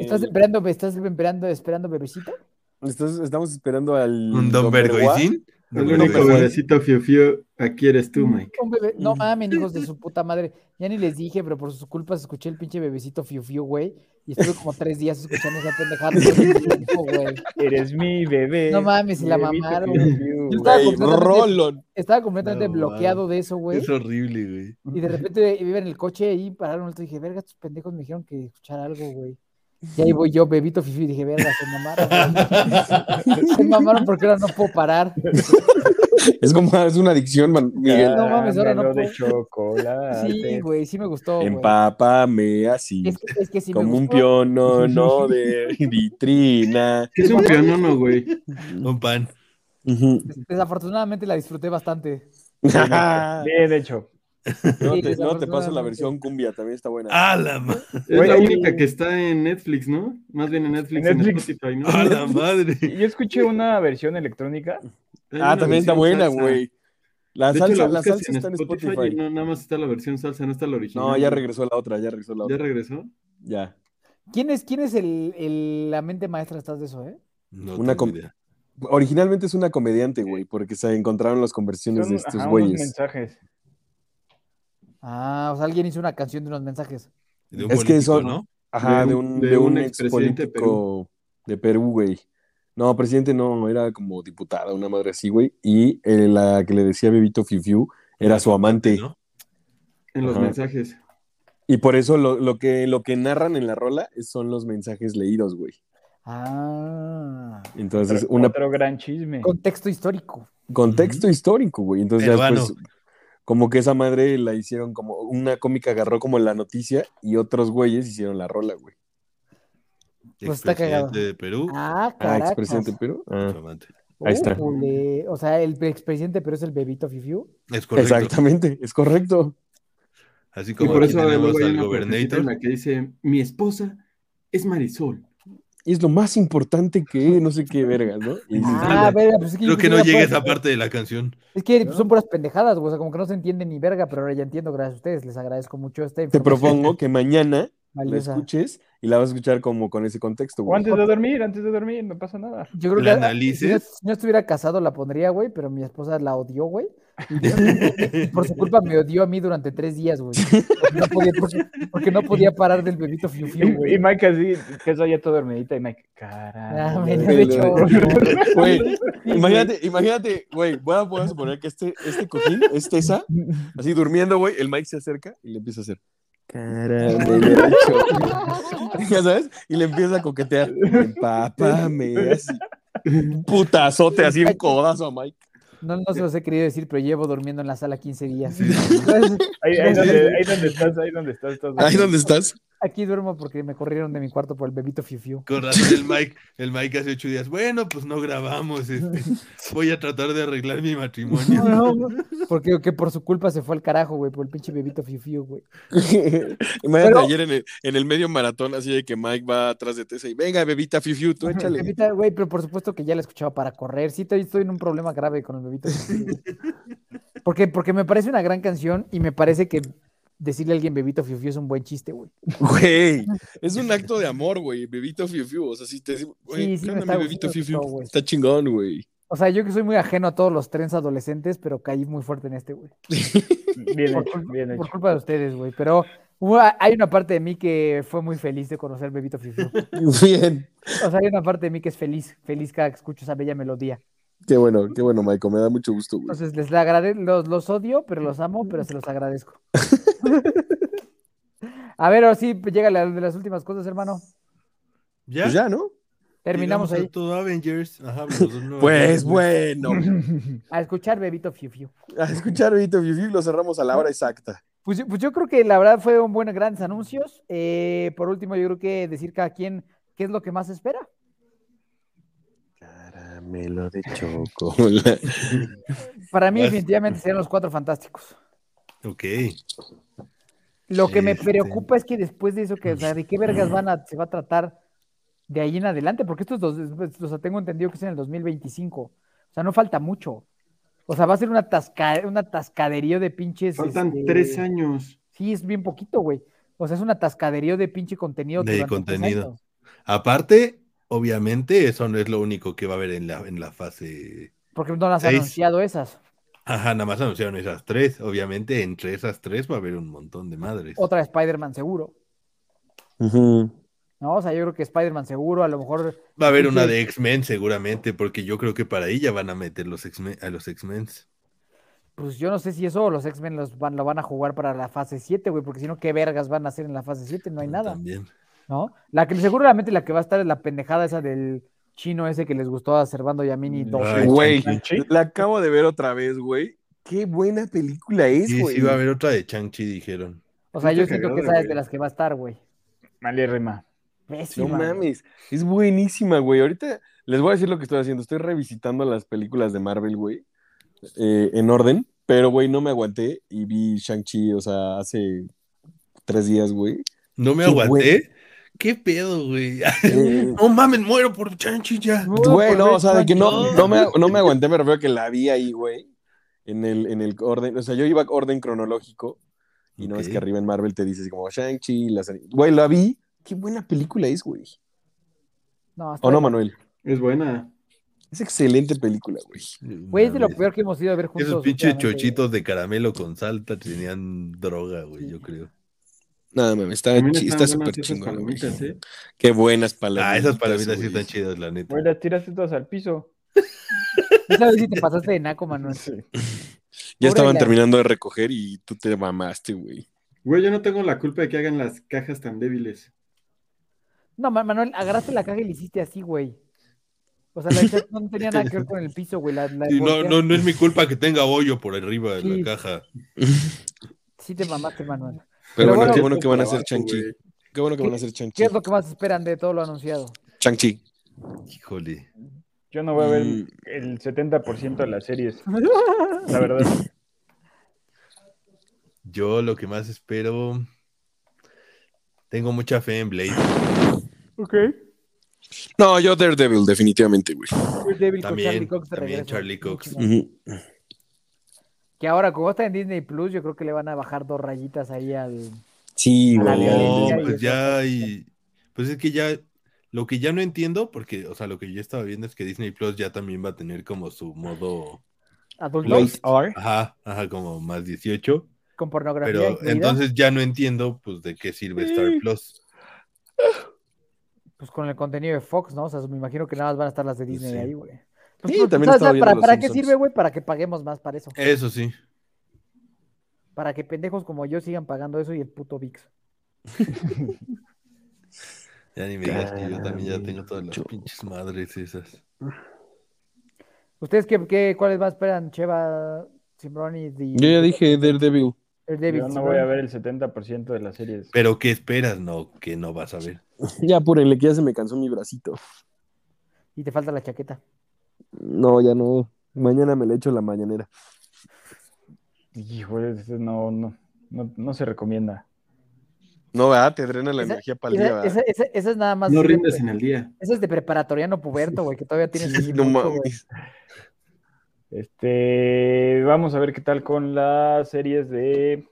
Speaker 2: ¿Estás
Speaker 4: eh.
Speaker 2: esperando, estás esperando, esperando bebecita?
Speaker 8: Entonces, estamos esperando al.
Speaker 5: Un Don
Speaker 8: Bergoa.
Speaker 5: Bergoisín.
Speaker 3: El
Speaker 5: Don
Speaker 3: único
Speaker 5: Bergoisín.
Speaker 3: bebecito fiu fiu, aquí eres tú,
Speaker 8: Mm.
Speaker 3: Mike.
Speaker 2: Un bebé- No mamen, hijos de su puta madre. Ya ni les dije, pero por sus culpas escuché el pinche bebecito fiu fiu, güey. Y estuve como tres días escuchando esa pendejada. todo el tiempo, güey.
Speaker 6: Eres mi bebé.
Speaker 2: No mames, y la
Speaker 6: Bebito
Speaker 2: mamaron.
Speaker 6: fiu-fiu,
Speaker 2: Yo
Speaker 6: güey.
Speaker 2: estaba
Speaker 8: Güey,
Speaker 2: completamente-
Speaker 8: Rolón.
Speaker 2: Estaba completamente
Speaker 5: No
Speaker 2: bloqueado de eso, güey.
Speaker 5: Es horrible, güey.
Speaker 2: Y de repente iba en el coche y pararon. Y dije, verga, estos pendejos me dijeron que escuchar algo, güey. Y ahí voy yo, bebito fiu fiu, y dije, verga, se mamaron. güey. Se mamaron porque ahora no puedo parar.
Speaker 8: Es como es una adicción, Man- Miguel.
Speaker 2: No mames, ahora no
Speaker 6: Caramelo de
Speaker 2: puedo.
Speaker 6: chocolate.
Speaker 2: Sí, güey, sí me gustó, güey.
Speaker 8: Empápame así.
Speaker 2: Es que, es que sí me
Speaker 8: como un
Speaker 2: gustó.
Speaker 8: pionono de vitrina.
Speaker 3: ¿Qué es un pionono, güey?
Speaker 5: Un pan.
Speaker 8: Ujú.
Speaker 2: Des- Desafortunadamente la disfruté bastante.
Speaker 6: Bien hecho.
Speaker 8: No,
Speaker 2: Sí,
Speaker 8: te, no, te paso la
Speaker 2: desafortunadamente.
Speaker 8: versión cumbia, también está buena.
Speaker 5: ¡A la, ma-
Speaker 3: Es
Speaker 6: Güey,
Speaker 3: la
Speaker 6: hay-
Speaker 3: única que está en Netflix, ¿no? Más bien en Netflix, en
Speaker 6: Netflix.
Speaker 3: Spotify, ¿no?
Speaker 5: a Ah, la madre!
Speaker 6: Yo escuché una versión electrónica.
Speaker 3: Hay
Speaker 8: ah,
Speaker 3: una
Speaker 8: también está
Speaker 3: versión
Speaker 8: buena,
Speaker 3: salsa.
Speaker 8: güey. La
Speaker 3: De hecho,
Speaker 8: salsa,
Speaker 3: la
Speaker 8: la
Speaker 3: buscas
Speaker 8: salsa está en Spotify.
Speaker 3: y no, nada más está la versión salsa, no está la original.
Speaker 8: No, ya regresó la otra, ya regresó la
Speaker 3: ¿Ya
Speaker 8: otra.
Speaker 3: regresó?
Speaker 8: Ya.
Speaker 2: ¿Quién es, quién es el, el- la mente maestra detrás de eso, eh?
Speaker 5: No
Speaker 8: Una
Speaker 5: tengo
Speaker 8: com-
Speaker 5: idea.
Speaker 8: Originalmente es una comediante, güey, porque se encontraron las conversiones
Speaker 6: Son
Speaker 8: de estos
Speaker 6: ajá, unos
Speaker 8: güeyes.
Speaker 6: mensajes.
Speaker 2: Ah, o sea, alguien hizo una canción de unos mensajes.
Speaker 5: De un
Speaker 8: Es que
Speaker 5: político,
Speaker 8: son-
Speaker 5: ¿no?
Speaker 8: Ajá, de un, de un ex
Speaker 3: expresidente de
Speaker 8: político de Perú, güey. No, presidente no, era como diputada, una madre así, güey. Y eh, la que le decía Bebito Fifiu era su amante.
Speaker 5: ¿No?
Speaker 3: En los
Speaker 8: Ajá.
Speaker 3: mensajes.
Speaker 8: Y por eso lo, lo que, lo que narran en la rola son los mensajes leídos, güey.
Speaker 2: Ah.
Speaker 8: Entonces,
Speaker 6: Otro-
Speaker 8: una
Speaker 6: Otro gran chisme.
Speaker 2: Contexto histórico.
Speaker 8: contexto histórico, güey. Entonces, ya
Speaker 5: Peruano.
Speaker 8: después, como que esa madre la hicieron como una cómica agarró como la noticia y otros güeyes hicieron la rola, güey.
Speaker 2: Pues está
Speaker 5: Expresidente
Speaker 2: cagado.
Speaker 5: de Perú.
Speaker 2: Ah,
Speaker 8: Ah,
Speaker 2: caracas.
Speaker 8: expresidente de Perú. Ah,
Speaker 5: su amante.
Speaker 8: ahí está.
Speaker 2: Ujule. O sea, el expresidente, pero es el bebito Fifiu.
Speaker 5: Es correcto.
Speaker 8: exactamente, es correcto.
Speaker 5: Así
Speaker 3: Y
Speaker 5: como
Speaker 3: por
Speaker 5: aquí
Speaker 3: eso
Speaker 5: tenemos
Speaker 3: luego hay
Speaker 5: al
Speaker 3: una partecita en
Speaker 5: Gobernator.
Speaker 3: la que dice, mi esposa es Marisol.
Speaker 8: Y es lo más importante que no sé qué vergas, ¿no? Y dices,
Speaker 2: Ah, verga, pues es que yo
Speaker 5: Creo que
Speaker 2: pensé
Speaker 5: no
Speaker 2: era
Speaker 5: llegué a
Speaker 2: pura-
Speaker 5: esa parte de la canción.
Speaker 2: Es que pues, son puras pendejadas, güey. O sea, como que no se entiende ni verga, pero ahora ya entiendo, gracias a ustedes. Les agradezco mucho esta
Speaker 8: te
Speaker 2: información
Speaker 8: propongo que mañana la
Speaker 2: valiosa.
Speaker 8: escuches y la vas a escuchar como con ese contexto,
Speaker 6: O
Speaker 8: güey.
Speaker 6: antes de dormir, antes de dormir, no pasa nada.
Speaker 2: Yo creo
Speaker 5: ¿La
Speaker 2: que ah, si no,
Speaker 5: analices?
Speaker 2: si no estuviera casado la pondría, güey, pero mi esposa la odió, güey. Y yo- y por su culpa me odió a mí durante tres días, güey. Porque no podía, porque, porque no podía parar del bebito fiu
Speaker 6: Y,
Speaker 2: fiu,
Speaker 6: y
Speaker 2: güey.
Speaker 6: Mike así, que eso ya todo dormidita. Y Mike,
Speaker 2: Ah,
Speaker 6: caramba.
Speaker 2: me lo
Speaker 8: güey,
Speaker 2: he hecho, güey.
Speaker 8: güey. Güey, imagínate, imagínate, güey, voy a, voy a suponer que este, este cojín, este esa, así durmiendo, güey, el Mike se acerca y le empieza a hacer. Caramba, ya sabes, y le empieza a coquetear. Empápame, así. Un putazote, así un codazo a Mike.
Speaker 2: No, no se los he querido decir, pero llevo durmiendo en la sala 15 días.
Speaker 5: Sí.
Speaker 2: Entonces,
Speaker 6: Ahí, ahí donde, ahí donde estás, ahí donde estás. estás
Speaker 8: Ahí donde estás.
Speaker 2: aquí duermo porque me corrieron de mi cuarto por el bebito fiu fiu.
Speaker 5: Con razón el Mike, el Mike hace ocho días. Bueno, pues no grabamos. este, voy a tratar de arreglar mi matrimonio.
Speaker 3: Pues
Speaker 2: No, no, güey, porque que por su culpa se fue al carajo, güey, por el pinche bebito fiu fiu, güey.
Speaker 8: Imagínate
Speaker 2: Pero-
Speaker 8: ayer en el, en el medio maratón, así de que Mike va atrás de Tessa y venga, bebita, fifiu, tú échale.
Speaker 2: Bebita, güey, pero por supuesto que ya la escuchaba para correr. Sí, estoy, estoy en un problema grave con el bebito. Fiu Fiu, güey. Porque, porque me parece una gran canción y me parece que decirle a alguien bebito fiu Fiu es un buen chiste, güey.
Speaker 8: Güey, es un acto de amor, güey. Bebito Fiu Fiu. O sea, si te decimos, güey,
Speaker 2: Sí, sí me
Speaker 8: ¿qué onda,
Speaker 2: está
Speaker 8: mi bebito
Speaker 2: gustando
Speaker 8: Fiu
Speaker 2: todo,
Speaker 8: Fiu.
Speaker 2: güey.
Speaker 8: Está chingón, güey.
Speaker 2: O sea, yo que soy muy ajeno a todos los trens adolescentes, pero caí muy fuerte en este, güey.
Speaker 6: Bien
Speaker 2: Por,
Speaker 6: hecho,
Speaker 2: cul-
Speaker 6: bien
Speaker 2: por
Speaker 6: hecho.
Speaker 2: culpa de ustedes, güey. Pero hubo- hay una parte de mí que fue muy feliz de conocer bebito fiu Fiu.
Speaker 8: Bien.
Speaker 2: O sea, hay una parte de mí que es feliz, feliz cada que escucho esa bella melodía.
Speaker 8: Qué bueno, qué bueno, Michael. Me da mucho gusto, güey.
Speaker 2: Entonces, les agrade- los, los odio, pero los amo, pero se los agradezco. A ver, ahora sí, llega la de las últimas cosas, hermano.
Speaker 5: ¿Ya?
Speaker 8: Pues ya, ¿no?
Speaker 2: Terminamos
Speaker 5: Llegamos a
Speaker 2: ahí.
Speaker 5: todo Avengers. Ajá, los dos nuevos Avengers.
Speaker 8: Pues bueno.
Speaker 2: A escuchar Bebito Fiu Fiu.
Speaker 8: A escuchar Bebito Fiu Fiu lo cerramos a la hora exacta.
Speaker 2: Pues, yo- pues yo creo que la verdad fue un buen grandes anuncios. Eh, por último, yo creo que decir cada quien qué es lo que más espera.
Speaker 8: Caramelo de chocolate.
Speaker 2: Para mí,
Speaker 5: Pues-
Speaker 2: definitivamente serían los cuatro fantásticos.
Speaker 5: Ok.
Speaker 2: Lo que me
Speaker 5: Este.
Speaker 2: preocupa es que después de eso, que, o sea, ¿de qué vergas van a, se va a tratar de ahí en adelante? Porque estos dos, pues, o sea, tengo entendido que es en el 2025. O sea, no falta mucho. O sea, va a ser una, tasca, una tascaderío de pinches.
Speaker 3: Faltan
Speaker 2: este,
Speaker 3: tres años.
Speaker 2: Sí, es bien poquito, güey. O sea, es una tascaderío de pinche contenido.
Speaker 5: De
Speaker 2: durante tres
Speaker 5: contenido.
Speaker 2: años.
Speaker 5: Aparte, obviamente, eso no es lo único que va a haber en la, en la fase.
Speaker 2: Porque no las han
Speaker 5: Seis.
Speaker 2: anunciado esas.
Speaker 5: Ajá, nada más anunciaron esas tres. Obviamente, entre esas tres va a haber un montón de madres.
Speaker 2: Otra de Spider-Man seguro. ¿No? O sea, yo creo que Spider-Man seguro, a lo mejor.
Speaker 5: Va a haber una
Speaker 2: Sí.
Speaker 5: de X-Men seguramente, porque yo creo que para ahí ya van a meter los X-Men, a los X-Men.
Speaker 2: Pues yo no sé si eso o los X-Men los van, lo van a jugar para la fase 7, güey, porque si no, ¿qué vergas van a hacer en la fase 7? No hay nada,
Speaker 5: También.
Speaker 2: ¿no? La que seguramente la que va a estar es la pendejada esa del chino ese que les gustó a Servando y a Mini dos.
Speaker 5: Ay,
Speaker 8: Güey,
Speaker 6: Shang-Chi.
Speaker 8: la acabo de ver otra vez, güey. Qué buena película es,
Speaker 5: Sí,
Speaker 8: güey.
Speaker 5: sí, va a haber otra de Chang-Chi, dijeron.
Speaker 2: O sea, yo
Speaker 3: pinche
Speaker 2: siento que
Speaker 3: cagada,
Speaker 2: esa es de
Speaker 3: güey.
Speaker 2: las que va a estar, güey.
Speaker 6: Malérrima.
Speaker 8: No
Speaker 2: Pésima. güey.
Speaker 8: mames, es buenísima, güey. Ahorita les voy a decir lo que estoy haciendo. Estoy revisitando las películas de Marvel, güey, eh, en orden. Pero, güey, no me aguanté y vi Shang-Chi, o sea, hace tres días, güey.
Speaker 5: No me
Speaker 8: Qué
Speaker 5: aguanté.
Speaker 8: güey.
Speaker 5: ¿Qué pedo, güey?
Speaker 8: Eh,
Speaker 5: no mames, muero por Chang-Chi ya.
Speaker 8: Güey, no, o sea, de que no,
Speaker 5: Shang-Chi.
Speaker 8: no, me, no me aguanté, me refiero a que la vi ahí, güey, en el, en el orden, o sea, yo iba orden cronológico y no es
Speaker 5: Ok.
Speaker 8: que arriba en Marvel te dices como Shang-Chi, las- güey, la vi, qué buena película es, güey.
Speaker 2: No, está
Speaker 8: ¿O no,
Speaker 2: bien.
Speaker 8: Manuel?
Speaker 3: Es buena.
Speaker 8: Es excelente película, güey.
Speaker 2: Güey, es de lo
Speaker 5: Mames.
Speaker 2: peor que hemos ido a ver juntos.
Speaker 5: Esos pinches
Speaker 2: últimamente.
Speaker 5: chochitos de caramelo con salta tenían droga, güey, yo creo.
Speaker 8: Nada, mames,
Speaker 5: Ah,
Speaker 8: está
Speaker 3: También
Speaker 8: chi-
Speaker 3: están
Speaker 8: está
Speaker 3: buenas
Speaker 8: súper
Speaker 3: esas
Speaker 8: chingona, güey.
Speaker 3: palomitas, ¿eh?
Speaker 8: Qué buenas palabras.
Speaker 5: Ah, esas palomitas sí están chidas, la neta.
Speaker 6: Güey, las tiraste todas al piso.
Speaker 2: Esa vez sí te pasaste de naco, Manuel.
Speaker 8: Ya estaban
Speaker 2: Órale.
Speaker 8: terminando de recoger y tú te mamaste, güey.
Speaker 3: Güey, yo no tengo la culpa de que hagan las cajas tan débiles.
Speaker 2: No, Ma- Manuel, agarraste la caja y le hiciste así, güey. O sea, la hecha- no tenía nada que ver con el piso, güey. La, la
Speaker 5: Sí, no,
Speaker 2: volteaste.
Speaker 5: no, no es mi culpa que tenga hoyo por arriba de
Speaker 2: Sí.
Speaker 5: la caja.
Speaker 2: Sí te mamaste, Manuel.
Speaker 8: Pero, bueno,
Speaker 2: bueno,
Speaker 8: qué bueno que van a hacer
Speaker 3: hacer
Speaker 8: Shang-Chi. Qué bueno que
Speaker 2: ¿Qué-
Speaker 8: van a hacer Shang-Chi.
Speaker 2: ¿Qué es lo que más esperan de todo lo anunciado?
Speaker 8: Shang-Chi.
Speaker 5: Híjole.
Speaker 6: Yo no voy a ver
Speaker 8: Mm.
Speaker 6: el 70% de las series.
Speaker 2: Ah,
Speaker 6: La verdad.
Speaker 5: Yo lo que más espero. Tengo mucha fe en Blade.
Speaker 6: Ok.
Speaker 8: No, yo Daredevil, definitivamente, güey.
Speaker 2: Daredevil con
Speaker 5: También,
Speaker 2: Charlie Cox de
Speaker 5: también
Speaker 2: regreso.
Speaker 5: Charlie Cox.
Speaker 2: Chingón.
Speaker 8: Ujú.
Speaker 2: Que ahora, como está en Disney Plus, yo creo que le van a bajar dos rayitas ahí al.
Speaker 8: Sí,
Speaker 2: A la
Speaker 5: No,
Speaker 2: violencia
Speaker 8: güey.
Speaker 2: y
Speaker 5: pues
Speaker 2: eso.
Speaker 5: ya hay. Pues es que ya. Lo que ya no entiendo, porque, o sea, lo que yo estaba viendo es que Disney Plus ya también va a tener como su modo.
Speaker 2: Adulto
Speaker 5: Los-
Speaker 8: Blade R.
Speaker 5: Ajá, ajá, como más 18.
Speaker 2: con pornografía.
Speaker 5: Pero
Speaker 2: incluida.
Speaker 5: entonces ya no entiendo, pues, de qué sirve Star Plus.
Speaker 2: Pues con el contenido de Fox, ¿no? O sea, me imagino que nada más van a estar las de Disney
Speaker 5: Sí.
Speaker 2: ahí, güey.
Speaker 8: Sí,
Speaker 2: pues,
Speaker 8: también
Speaker 2: ¿sabes
Speaker 8: estaba viendo
Speaker 2: ¿Para,
Speaker 8: Los
Speaker 2: para qué
Speaker 8: Simpsons.
Speaker 2: sirve, güey? Para que paguemos más para eso.
Speaker 5: Eso sí.
Speaker 2: Para que pendejos como yo sigan pagando eso y el puto VIX.
Speaker 5: Ya ni me digas que yo también ya
Speaker 8: Caray,
Speaker 5: tengo todas las
Speaker 8: yo-
Speaker 5: pinches madres esas.
Speaker 2: ¿Ustedes qué, qué, cuáles más esperan? Cheva, Simbrón y The-
Speaker 8: Yo ya dije Daredevil.
Speaker 2: Daredevil,
Speaker 6: Yo no
Speaker 2: Simbrón.
Speaker 6: voy a ver el 70% de las series.
Speaker 5: Pero ¿qué esperas? No, que no vas a ver.
Speaker 8: Ya apúrenle, que ya se me cansó mi bracito.
Speaker 2: Y te falta la chaqueta.
Speaker 8: No, ya no. Mañana me le echo la mañanera.
Speaker 6: Híjole, ese no, no, no, no se recomienda.
Speaker 8: No, ¿verdad? Te drena la
Speaker 2: Esa-
Speaker 8: energía para el día,
Speaker 2: Esa,
Speaker 8: ¿verdad?
Speaker 2: esa, esa, esa es nada más.
Speaker 3: No
Speaker 2: de-
Speaker 3: rindas en el día.
Speaker 2: Esa es de preparatoriano puberto, güey, que todavía tienes.
Speaker 8: Sí,
Speaker 2: 18,
Speaker 8: no
Speaker 2: güey.
Speaker 8: mames.
Speaker 6: Este, vamos a ver qué tal con las series de,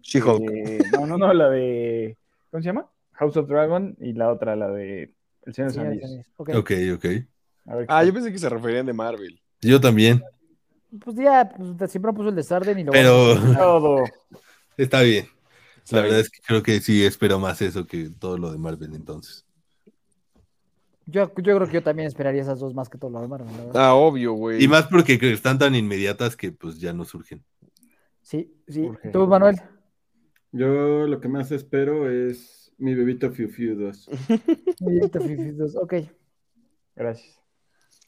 Speaker 8: She-Hulk.
Speaker 6: de- no, no, no, la de ¿cómo se llama? House of Dragon y la otra, la de El Señor de
Speaker 2: Sí,
Speaker 6: los
Speaker 2: ya
Speaker 6: Anillos.
Speaker 2: tienes. Ok.
Speaker 5: Ok, ok.
Speaker 6: A ver qué
Speaker 8: Ah,
Speaker 6: tal.
Speaker 8: yo pensé que se referían de Marvel.
Speaker 5: Yo también,
Speaker 2: Pues ya, pues, siempre puso el desorden y lo.
Speaker 5: pero
Speaker 6: todo.
Speaker 5: está bien. La verdad es que creo que sí espero más eso que todo lo de Marvel entonces.
Speaker 2: Yo, yo creo que yo también esperaría esas dos más que todo lo demás, la verdad.
Speaker 8: Ah, obvio, güey.
Speaker 5: Y más porque creo que están tan inmediatas que pues ya no surgen.
Speaker 2: Sí, sí.
Speaker 6: Urge.
Speaker 2: ¿Tú, Manuel?
Speaker 3: Yo lo que más espero es mi bebito Fiu Fiu 2.
Speaker 2: Muy bien, te felicito. Ok.
Speaker 6: Gracias.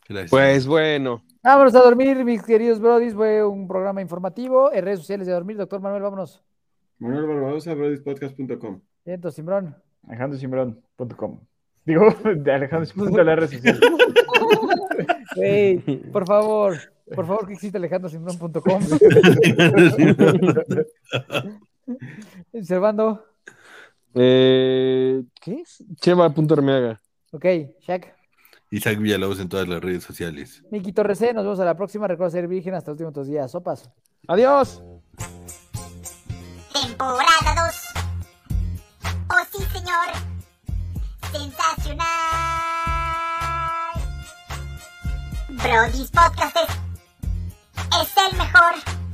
Speaker 5: Gracias.
Speaker 8: Pues bueno.
Speaker 2: Vámonos a dormir, mis queridos brodis. Fue un programa informativo. En redes sociales de dormir, doctor Manuel, vámonos.
Speaker 3: Manuel Barbadosa, brodispodcast.com.
Speaker 2: Vientos, Simbrón.
Speaker 6: AlejandroSimbrón.com Digo, de Alejandro Simbrón de la red social.
Speaker 2: Güey, por favor, por favor que existe alejandrosimbrón.com. Servando.
Speaker 8: Eh, ¿Qué es? Chema.armeaga.
Speaker 2: Ok, Shaq.
Speaker 5: Isaac Villalobos en todas las redes sociales.
Speaker 2: Miki Torres, C, nos vemos a la próxima. Recuerda ser virgen hasta los últimos días. Sopas.
Speaker 8: ¡Adiós!
Speaker 1: Temporada 2. Oh sí, señor. Sensacional. Brody's Podcast es, es el mejor.